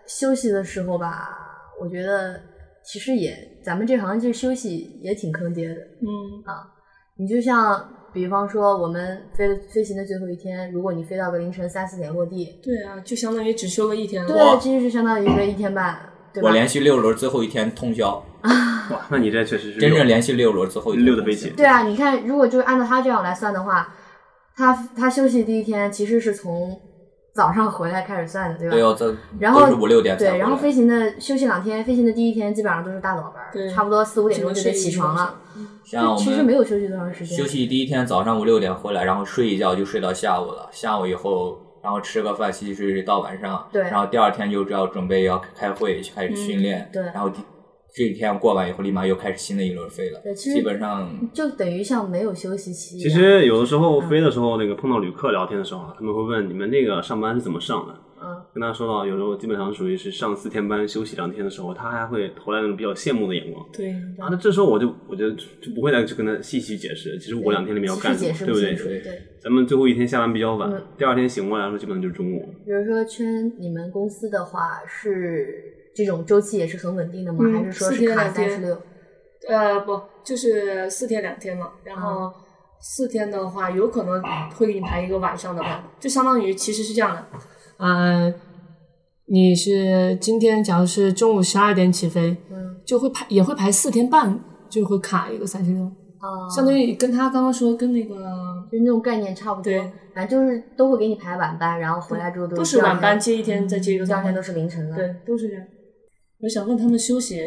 [SPEAKER 3] 休息的时候吧，我觉得其实也咱们这行这休息也挺坑爹的
[SPEAKER 9] 嗯
[SPEAKER 3] 啊。你就像比方说我们飞飞行的最后一天，如果你飞到个凌晨三四点落地，
[SPEAKER 7] 对啊，就相当于只休个一天了。
[SPEAKER 3] 对，这就是相当于一个一天半， 对吧？
[SPEAKER 4] 我连续六轮，最后一天通宵。
[SPEAKER 2] 哇，那你这确实是
[SPEAKER 4] 真正连续六轮，最后一天
[SPEAKER 2] 溜得飞起。
[SPEAKER 3] 对啊，你看，如果就是按照他这样来算的话，他他休息第一天其实是从早上回来开始算的，对吧？
[SPEAKER 4] 对哦，这
[SPEAKER 3] 然后
[SPEAKER 4] 都是五六点才
[SPEAKER 3] 对，然后
[SPEAKER 4] 回来
[SPEAKER 3] 飞行的休息两天，飞行的第一天基本上都是大早班儿，差不多四五点钟就得起床了。
[SPEAKER 4] 像我
[SPEAKER 3] 就
[SPEAKER 4] 们
[SPEAKER 3] 其实没有休息多长时间。
[SPEAKER 4] 休息第一天早上五六点回来，然后睡一觉就睡到下午了。下午以后，然后吃个饭，洗洗睡睡到晚上。
[SPEAKER 3] 对
[SPEAKER 4] 然后第二天就知道准备要开会，去开始训练。
[SPEAKER 3] 嗯对
[SPEAKER 4] 然后第这一天过完以后，立马又开始新的一轮飞了。
[SPEAKER 3] 对其实
[SPEAKER 4] 基本上
[SPEAKER 3] 就等于像没有休息期一
[SPEAKER 2] 其
[SPEAKER 3] 样。
[SPEAKER 2] 实有的时候飞的时候，那个碰到旅客聊天的时候啊，他们会问你们那个上班是怎么上的。
[SPEAKER 3] 嗯，
[SPEAKER 2] 跟他说到，有时候基本上属于是上四天班休息两天的时候，他还会投来那种比较羡慕的眼光。
[SPEAKER 7] 对，
[SPEAKER 2] 啊，那这时候我就我就就不会再去跟他细细解释，其实我两天里面要干什
[SPEAKER 3] 解
[SPEAKER 2] 么，
[SPEAKER 3] 释
[SPEAKER 2] 对不
[SPEAKER 3] 清
[SPEAKER 2] 对？
[SPEAKER 3] 楚。对，
[SPEAKER 2] 咱们最后一天下班比较晚，
[SPEAKER 3] 嗯
[SPEAKER 2] 第二天醒过来的时候基本上就是中午。
[SPEAKER 3] 比如说圈你们公司的话是这种周期也是很稳定的吗？
[SPEAKER 7] 嗯
[SPEAKER 3] 还是说
[SPEAKER 7] 四
[SPEAKER 3] 是
[SPEAKER 7] 天
[SPEAKER 3] 卡
[SPEAKER 7] 两
[SPEAKER 3] 三
[SPEAKER 7] 天
[SPEAKER 3] 十六？
[SPEAKER 7] 呃，不，就是四天两天嘛。然
[SPEAKER 4] 嗯
[SPEAKER 7] 后四天的话，有可能会给你排一个晚上的班，就相当于其实是这样的。呃，你是今天假如是中午十二点起飞，
[SPEAKER 3] 嗯，
[SPEAKER 7] 就会排也会排四天半，就会卡一个三十六，
[SPEAKER 3] 啊，
[SPEAKER 7] 相当于跟他刚刚说跟那个
[SPEAKER 3] 就那种概念差不多
[SPEAKER 7] 对，
[SPEAKER 3] 反正就是都会给你排晚班，然后回来之后
[SPEAKER 7] 都
[SPEAKER 3] 是
[SPEAKER 7] 是晚班
[SPEAKER 3] 第二天嗯
[SPEAKER 7] 接一天再接一个
[SPEAKER 3] 第二
[SPEAKER 7] 上
[SPEAKER 3] 天
[SPEAKER 7] 班
[SPEAKER 3] 都是凌晨了。
[SPEAKER 7] 对，都是这样。我想问他们休息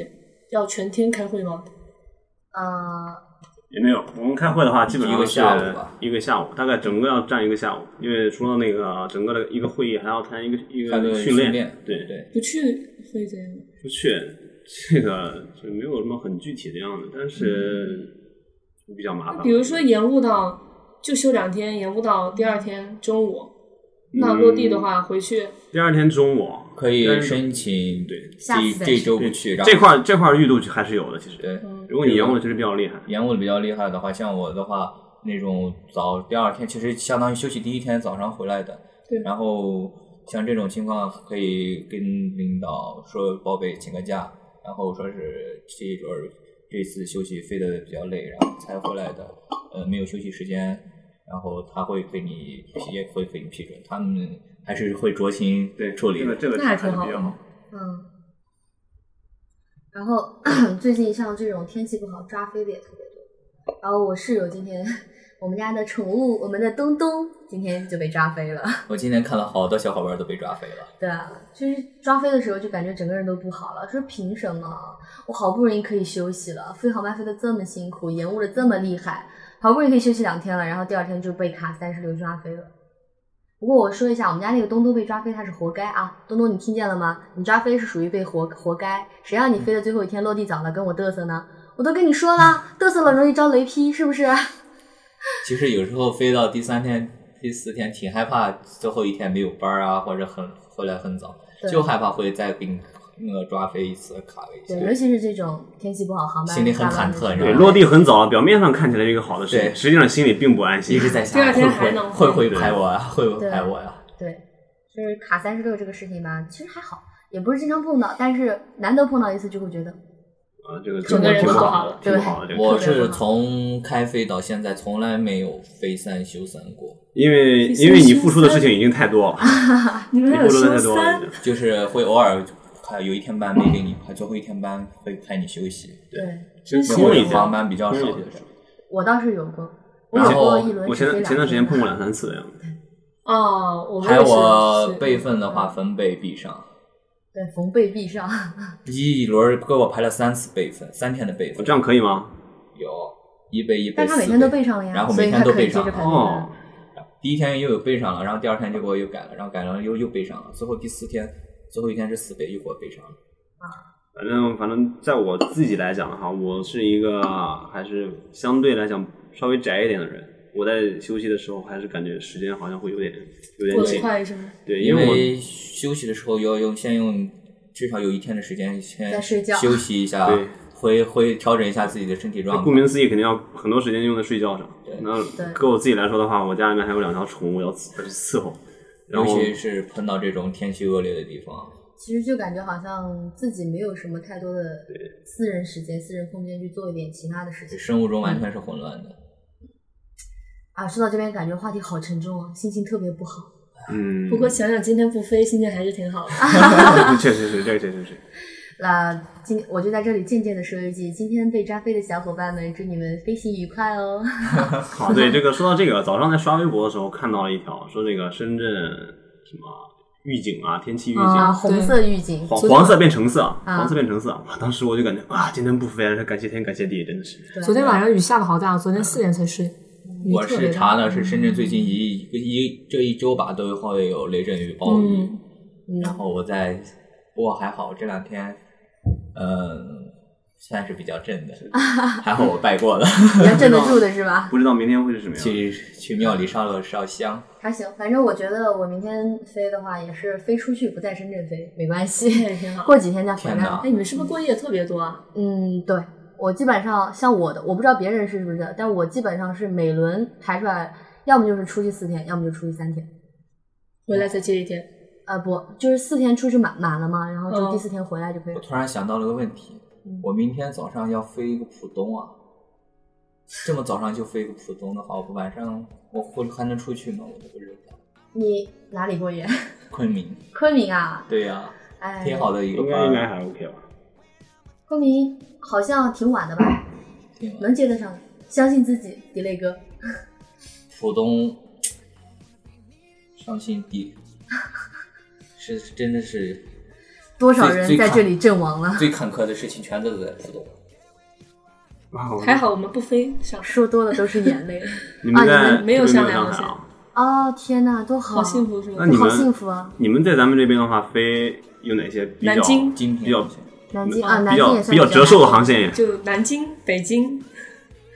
[SPEAKER 7] 要全天开会吗？
[SPEAKER 3] 呃，
[SPEAKER 2] 也没有，我们开会的话，基本上
[SPEAKER 4] 一个
[SPEAKER 2] 是
[SPEAKER 4] 下午吧
[SPEAKER 2] 一个下午，大概整个要占一个下午，因为除了那个整个的一个会议，还要谈一个一
[SPEAKER 4] 还
[SPEAKER 2] 个
[SPEAKER 4] 有
[SPEAKER 2] 训
[SPEAKER 4] 训练
[SPEAKER 2] 对
[SPEAKER 4] 对，
[SPEAKER 7] 不去会这样吗？
[SPEAKER 2] 不去这个就没有什么很具体的样子，但是
[SPEAKER 4] 嗯
[SPEAKER 2] 比较麻烦。
[SPEAKER 7] 比如说延误到就休两天，延误到第二天中午，那落地的话回去
[SPEAKER 2] 第二天中午
[SPEAKER 4] 可以
[SPEAKER 2] 但是
[SPEAKER 4] 申请对
[SPEAKER 7] 下次
[SPEAKER 4] 这
[SPEAKER 7] 再
[SPEAKER 4] 这
[SPEAKER 7] 去
[SPEAKER 4] 周不去，然后
[SPEAKER 2] 这块这块预度还是有的，其实
[SPEAKER 4] 对，
[SPEAKER 7] 嗯
[SPEAKER 2] 如果你延误了，其实比较厉害。
[SPEAKER 4] 延误的比较厉害的话，像我的话，那种早第二天其实相当于休息第一天早上回来的，
[SPEAKER 7] 对
[SPEAKER 4] 然后像这种情况可以跟领导说报备请个假，然后说是这一轮儿这次休息飞得比较累，然后才回来的，呃，没有休息时间，然后他会给你批，也会给你批准，他们还是会酌情对处理的，
[SPEAKER 2] 这个
[SPEAKER 7] 那还挺好的。
[SPEAKER 3] 嗯，然后 最近像这种天气不好，抓飞的也特别多。然后我室友今天， 我们家的宠物，我们的东东今天就被抓飞了。
[SPEAKER 4] 我今天看了好多小伙伴都被抓飞了，
[SPEAKER 3] 对啊，就是抓飞的时候就感觉整个人都不好了，说凭什么？啊我好不容易可以休息了，飞航班飞的这么辛苦，延误的这么厉害，好不容易可以休息两天了，然后第二天就被卡三十六抓飞了。不过我说一下，我们家那个东东被抓飞，他是活该啊！东东，你听见了吗？你抓飞是属于被活活该，谁让你飞的最后一天落地早了，跟我嘚瑟呢？我都跟你说了，嘚瑟了容易招雷劈，是不啊是？
[SPEAKER 4] 其实有时候飞到第三天、第四天，挺害怕最后一天没有班儿啊，或者很回来很早，
[SPEAKER 3] 对
[SPEAKER 4] 就害怕会再给你那个抓飞一次卡了一
[SPEAKER 3] 对，尤
[SPEAKER 4] 次。
[SPEAKER 3] 其是这种天气不好，航班
[SPEAKER 4] 心里很
[SPEAKER 3] 大浪
[SPEAKER 4] 忐
[SPEAKER 3] 的
[SPEAKER 4] 忑
[SPEAKER 3] 时候
[SPEAKER 4] 你知道
[SPEAKER 2] 对，
[SPEAKER 4] 吗
[SPEAKER 2] 落地很早，表面上看起来是一个好的事情，
[SPEAKER 4] 对
[SPEAKER 2] 实际上心里并不安心，
[SPEAKER 4] 一直在
[SPEAKER 7] 第
[SPEAKER 4] 想
[SPEAKER 7] 二
[SPEAKER 4] 会
[SPEAKER 7] 天
[SPEAKER 4] 不
[SPEAKER 7] 还
[SPEAKER 4] 会
[SPEAKER 7] 能
[SPEAKER 4] 会不会
[SPEAKER 2] 对
[SPEAKER 4] 拍我呀？会不会
[SPEAKER 3] 对
[SPEAKER 4] 拍我啊呀？
[SPEAKER 3] 对，就是卡三十六这个事情吧，其实还好，也不是经常碰到，但是难得碰到一次就会觉得，
[SPEAKER 2] 啊，这个
[SPEAKER 3] 整个人
[SPEAKER 2] 挺
[SPEAKER 3] 都
[SPEAKER 2] 好
[SPEAKER 3] 好
[SPEAKER 2] 的
[SPEAKER 3] 了，
[SPEAKER 2] 挺
[SPEAKER 3] 对
[SPEAKER 2] 好的。这个
[SPEAKER 4] 我
[SPEAKER 2] 特别好
[SPEAKER 4] 是从开飞到现在从来没有飞三休三过，
[SPEAKER 2] 因为因为你付出的事情已经太多了，
[SPEAKER 3] 啊
[SPEAKER 7] 你
[SPEAKER 2] 你付出的太多了已经。
[SPEAKER 4] 就是会偶尔还有一天班没给你排，最后一天班会派你休息。
[SPEAKER 3] 对
[SPEAKER 4] 对，
[SPEAKER 2] 是
[SPEAKER 4] 因为
[SPEAKER 2] 空一下
[SPEAKER 4] 航班比较少
[SPEAKER 2] 空一
[SPEAKER 4] 的
[SPEAKER 2] 下
[SPEAKER 4] 时候。
[SPEAKER 3] 我倒是有过，我
[SPEAKER 4] 然
[SPEAKER 3] 有
[SPEAKER 4] 后
[SPEAKER 3] 过一轮
[SPEAKER 2] 我
[SPEAKER 3] 是
[SPEAKER 2] 前
[SPEAKER 3] 飞
[SPEAKER 2] 前段时间碰
[SPEAKER 3] 两
[SPEAKER 2] 过两三次的样子。
[SPEAKER 7] 哦，我们
[SPEAKER 4] 还
[SPEAKER 7] 也
[SPEAKER 4] 有
[SPEAKER 7] 是
[SPEAKER 4] 我
[SPEAKER 7] 是嗯
[SPEAKER 4] 备份的话，分贝必上。
[SPEAKER 3] 对，缝被壁上，
[SPEAKER 4] 一轮给我排了三次备份，三天的备份。
[SPEAKER 2] 这样可以吗？
[SPEAKER 4] 有一备一备，
[SPEAKER 3] 但他每
[SPEAKER 4] 四
[SPEAKER 3] 天都备上了呀
[SPEAKER 4] 然后
[SPEAKER 3] 所以
[SPEAKER 4] 每天
[SPEAKER 3] 他
[SPEAKER 4] 都
[SPEAKER 3] 可以
[SPEAKER 4] 备上
[SPEAKER 3] 接着排
[SPEAKER 4] 了。
[SPEAKER 2] 哦，
[SPEAKER 4] 第一天又有备上了，然后第二天就给我又改了，然后改了又又备上了，最后第四天，最后一天是四备又给我备上了。
[SPEAKER 2] 反正反正，在我自己来讲的话，我是一个还是相对来讲稍微宅一点的人。我在休息的时候，还是感觉时间好像会有点有点
[SPEAKER 7] 过
[SPEAKER 2] 紧
[SPEAKER 7] 得。快是吗？
[SPEAKER 2] 对，
[SPEAKER 4] 因
[SPEAKER 2] 因我
[SPEAKER 4] 为休息的时候要用先用至少有一天的时间
[SPEAKER 3] 在
[SPEAKER 4] 先
[SPEAKER 3] 睡觉
[SPEAKER 4] 休息一下
[SPEAKER 2] 对，
[SPEAKER 4] 回回调整一下自己的身体状
[SPEAKER 2] 顾
[SPEAKER 4] 态。
[SPEAKER 2] 名思义，肯定要很多时间用在睡觉上。那
[SPEAKER 3] 对
[SPEAKER 2] 给我自己来说的话，我家里面还有两条宠物要伺要去伺候，然
[SPEAKER 4] 尤
[SPEAKER 2] 后
[SPEAKER 4] 其是碰到这种天气恶劣的地方，
[SPEAKER 3] 其实就感觉好像自己没有什么太多的私人时间、私人空间去做一点其他的事情。
[SPEAKER 4] 生物钟完全是混乱的。
[SPEAKER 3] 啊，说到这边感觉话题好沉重啊，心情特别不好。
[SPEAKER 2] 嗯，
[SPEAKER 7] 不过想想今天不飞，心情还是挺好的。
[SPEAKER 2] 确实是，这个确实是。
[SPEAKER 3] 那今我就在这里渐渐的说一句，今天被扎飞的小伙伴们，祝你们飞行愉快哦！
[SPEAKER 2] 好，对这个说到这个，早上在刷微博的时候看到了一条，说这个深圳什么预警啊，天气预警，
[SPEAKER 3] 啊，红色预警，
[SPEAKER 2] 黄黄色变橙色，
[SPEAKER 3] 啊
[SPEAKER 2] 黄色变橙色，哇！当时我就感觉啊，今天不飞了，感谢天，感谢地，真的是。
[SPEAKER 7] 昨天晚上雨下的好大，我昨天四点才睡，雨
[SPEAKER 4] 我
[SPEAKER 7] 特别嗯
[SPEAKER 4] 是
[SPEAKER 7] 大。
[SPEAKER 4] 查了，是深圳最近一一一这一周吧，都会有雷阵雨、暴雨。
[SPEAKER 7] 嗯
[SPEAKER 4] 然后我在，不过还好这两天，呃，算是比较正 的，还好我拜过了，
[SPEAKER 3] 比较镇得住的是吧？
[SPEAKER 2] 不知道明天会是什么样。
[SPEAKER 4] 去去庙里烧了烧香，
[SPEAKER 3] 还行，反正我觉得我明天飞的话，也是飞出去，不在深圳飞，没关系，过几天再回
[SPEAKER 4] 天
[SPEAKER 3] 来
[SPEAKER 4] 哪。
[SPEAKER 7] 哎，你们是不是过夜特别多啊？
[SPEAKER 3] 嗯，对我基本上像我的，我不知道别人是不是，但我基本上是每轮排出来，要么就是出去四天，要么就出去三天。
[SPEAKER 7] 回来再接一天。
[SPEAKER 3] 呃，不，就是四天出去满满了嘛，然后就
[SPEAKER 7] 嗯
[SPEAKER 3] 第四天回来就可以了
[SPEAKER 4] 我。突然想到了个问题，我明天早上要飞一个浦东啊，这么早上就飞一个浦东的话，我晚上我会还能出去吗？我都不知道。
[SPEAKER 3] 你哪里过夜？
[SPEAKER 4] 昆明，
[SPEAKER 3] 昆明啊，
[SPEAKER 4] 对呀、
[SPEAKER 3] 哎，
[SPEAKER 4] 挺好的一个
[SPEAKER 2] 应
[SPEAKER 4] 班
[SPEAKER 2] 该应该
[SPEAKER 4] 儿，
[SPEAKER 2] 还 OK 吧？
[SPEAKER 3] 昆明好像挺晚的吧？
[SPEAKER 4] 挺晚
[SPEAKER 3] 能接得上的，相信自己，迪雷哥。
[SPEAKER 4] 浦东伤心地，是真的是
[SPEAKER 3] 多少人
[SPEAKER 4] 最最
[SPEAKER 3] 在
[SPEAKER 4] 坎
[SPEAKER 3] 这里阵亡了？
[SPEAKER 4] 最坎坷的事情全都在浦东。嗯
[SPEAKER 7] 还好我们不飞 上，
[SPEAKER 3] 说多了都是眼泪。
[SPEAKER 2] 你们
[SPEAKER 3] 啊，你
[SPEAKER 2] 在
[SPEAKER 3] 们
[SPEAKER 7] 没有
[SPEAKER 2] 这边
[SPEAKER 7] 上
[SPEAKER 2] 没
[SPEAKER 7] 来
[SPEAKER 2] 有
[SPEAKER 7] 我
[SPEAKER 2] 上海
[SPEAKER 7] 想
[SPEAKER 2] 啊？
[SPEAKER 3] 哦，天哪，多好，
[SPEAKER 7] 好幸福是
[SPEAKER 2] 那
[SPEAKER 7] 吗？
[SPEAKER 2] 你
[SPEAKER 3] 好
[SPEAKER 2] 们
[SPEAKER 3] 幸福啊！
[SPEAKER 2] 你们在咱们这边的话，飞有哪些比较
[SPEAKER 7] 南京
[SPEAKER 4] 今天
[SPEAKER 2] 比较
[SPEAKER 3] 南京啊，
[SPEAKER 2] 比
[SPEAKER 3] 南京
[SPEAKER 2] 较
[SPEAKER 3] 也
[SPEAKER 2] 比
[SPEAKER 3] 算
[SPEAKER 2] 较折寿的航
[SPEAKER 3] 线。
[SPEAKER 2] 线？
[SPEAKER 7] 就南京、北京，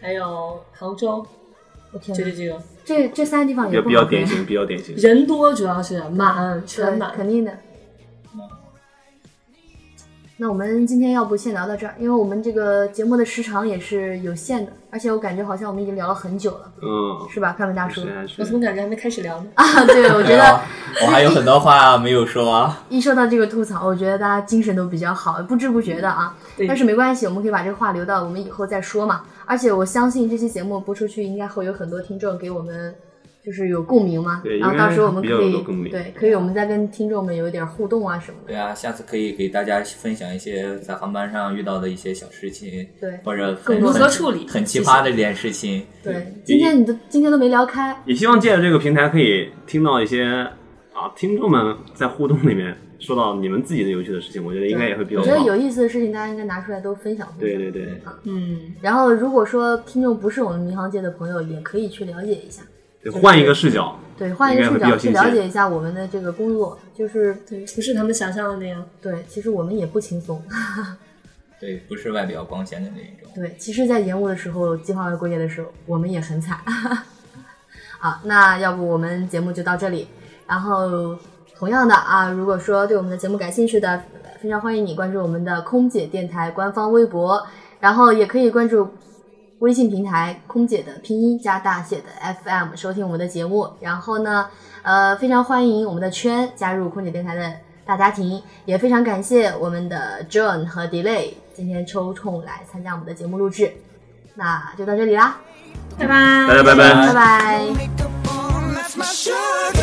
[SPEAKER 7] 还有杭州，
[SPEAKER 3] 我天
[SPEAKER 7] 就
[SPEAKER 3] 哪
[SPEAKER 7] 是，这个
[SPEAKER 3] 这这三个地方
[SPEAKER 2] 比
[SPEAKER 3] 也
[SPEAKER 2] 较
[SPEAKER 3] 不
[SPEAKER 2] 比较
[SPEAKER 3] 好飞
[SPEAKER 2] 典，型，比较典型。
[SPEAKER 7] 人多，主要是满全
[SPEAKER 3] 对，
[SPEAKER 7] 满。
[SPEAKER 3] 肯定的。那我们今天要不先聊到这儿，因为我们这个节目的时长也是有限的，而且我感觉好像我们已经聊了很久了，
[SPEAKER 2] 嗯，
[SPEAKER 3] 是吧？看文大叔
[SPEAKER 2] 是还
[SPEAKER 7] 我怎么
[SPEAKER 2] 是
[SPEAKER 7] 感觉还没开始聊呢？
[SPEAKER 3] 啊， 对，我觉
[SPEAKER 4] 对
[SPEAKER 3] 得
[SPEAKER 4] 啊，我还有很多话没有说啊。
[SPEAKER 3] 一说到这个吐槽，我觉得大家精神都比较好，不知不觉的啊。
[SPEAKER 7] 对
[SPEAKER 3] 但是没关系，我们可以把这个话留到我们以后再说嘛。而且我相信这期节目播出去，应该会有很多听众给我们就是有共鸣嘛。
[SPEAKER 2] 对
[SPEAKER 3] 然后
[SPEAKER 2] 应该
[SPEAKER 3] 到时候我们可
[SPEAKER 2] 比较有
[SPEAKER 3] 以
[SPEAKER 2] 共鸣
[SPEAKER 3] 对，可以我们再跟听众们有一点互动啊什么的。
[SPEAKER 4] 对啊，下次可以给大家分享一些在航班上遇到的一些小事情，
[SPEAKER 3] 对
[SPEAKER 4] 或者
[SPEAKER 3] 更
[SPEAKER 4] 很
[SPEAKER 3] 多
[SPEAKER 7] 如何处理？
[SPEAKER 4] 很很奇葩的一点事情。
[SPEAKER 3] 对，今天你都今天都没聊开，
[SPEAKER 2] 也希望借着这个平台可以听到一些啊，听众们在互动里面说到你们自己的有趣的事情，我觉得应该也会比较
[SPEAKER 3] 我觉得
[SPEAKER 2] 棒
[SPEAKER 3] 有意思的事情，大家应该拿出来都分享分享。
[SPEAKER 2] 对对对，
[SPEAKER 7] 嗯，
[SPEAKER 3] 然后，如果说听众不是我们民航界的朋友，也可以去了解一下，
[SPEAKER 2] 对换一个视角，
[SPEAKER 3] 对，换一个
[SPEAKER 2] 应该会比
[SPEAKER 3] 视角
[SPEAKER 2] 较
[SPEAKER 3] 去
[SPEAKER 2] 新
[SPEAKER 3] 了
[SPEAKER 2] 鲜
[SPEAKER 3] 解一下我们的这个工作，就是
[SPEAKER 7] 对，不是他们想象的那样。
[SPEAKER 3] 对，其实我们也不轻松。
[SPEAKER 4] 对，不是外表光鲜的那一种。
[SPEAKER 3] 对，其实，在延误的时候，计划外过夜的时候，我们也很惨。 啊，那要不我们节目就到这里。然后，同样的啊，如果说对我们的节目感兴趣的，非常欢迎你关注我们的空姐电台官方微博，然后也可以关注微信平台“空姐”的拼音加大写的 FM 收听我们的节目。然后呢，呃，非常欢迎我们的圈加入空姐电台的大家庭，也非常感谢我们的 John 和 Delay 今天抽空来参加我们的节目录制。那就到这里啦，
[SPEAKER 2] 大家拜拜。
[SPEAKER 3] 拜拜。
[SPEAKER 10] Make up on, that's my sugar.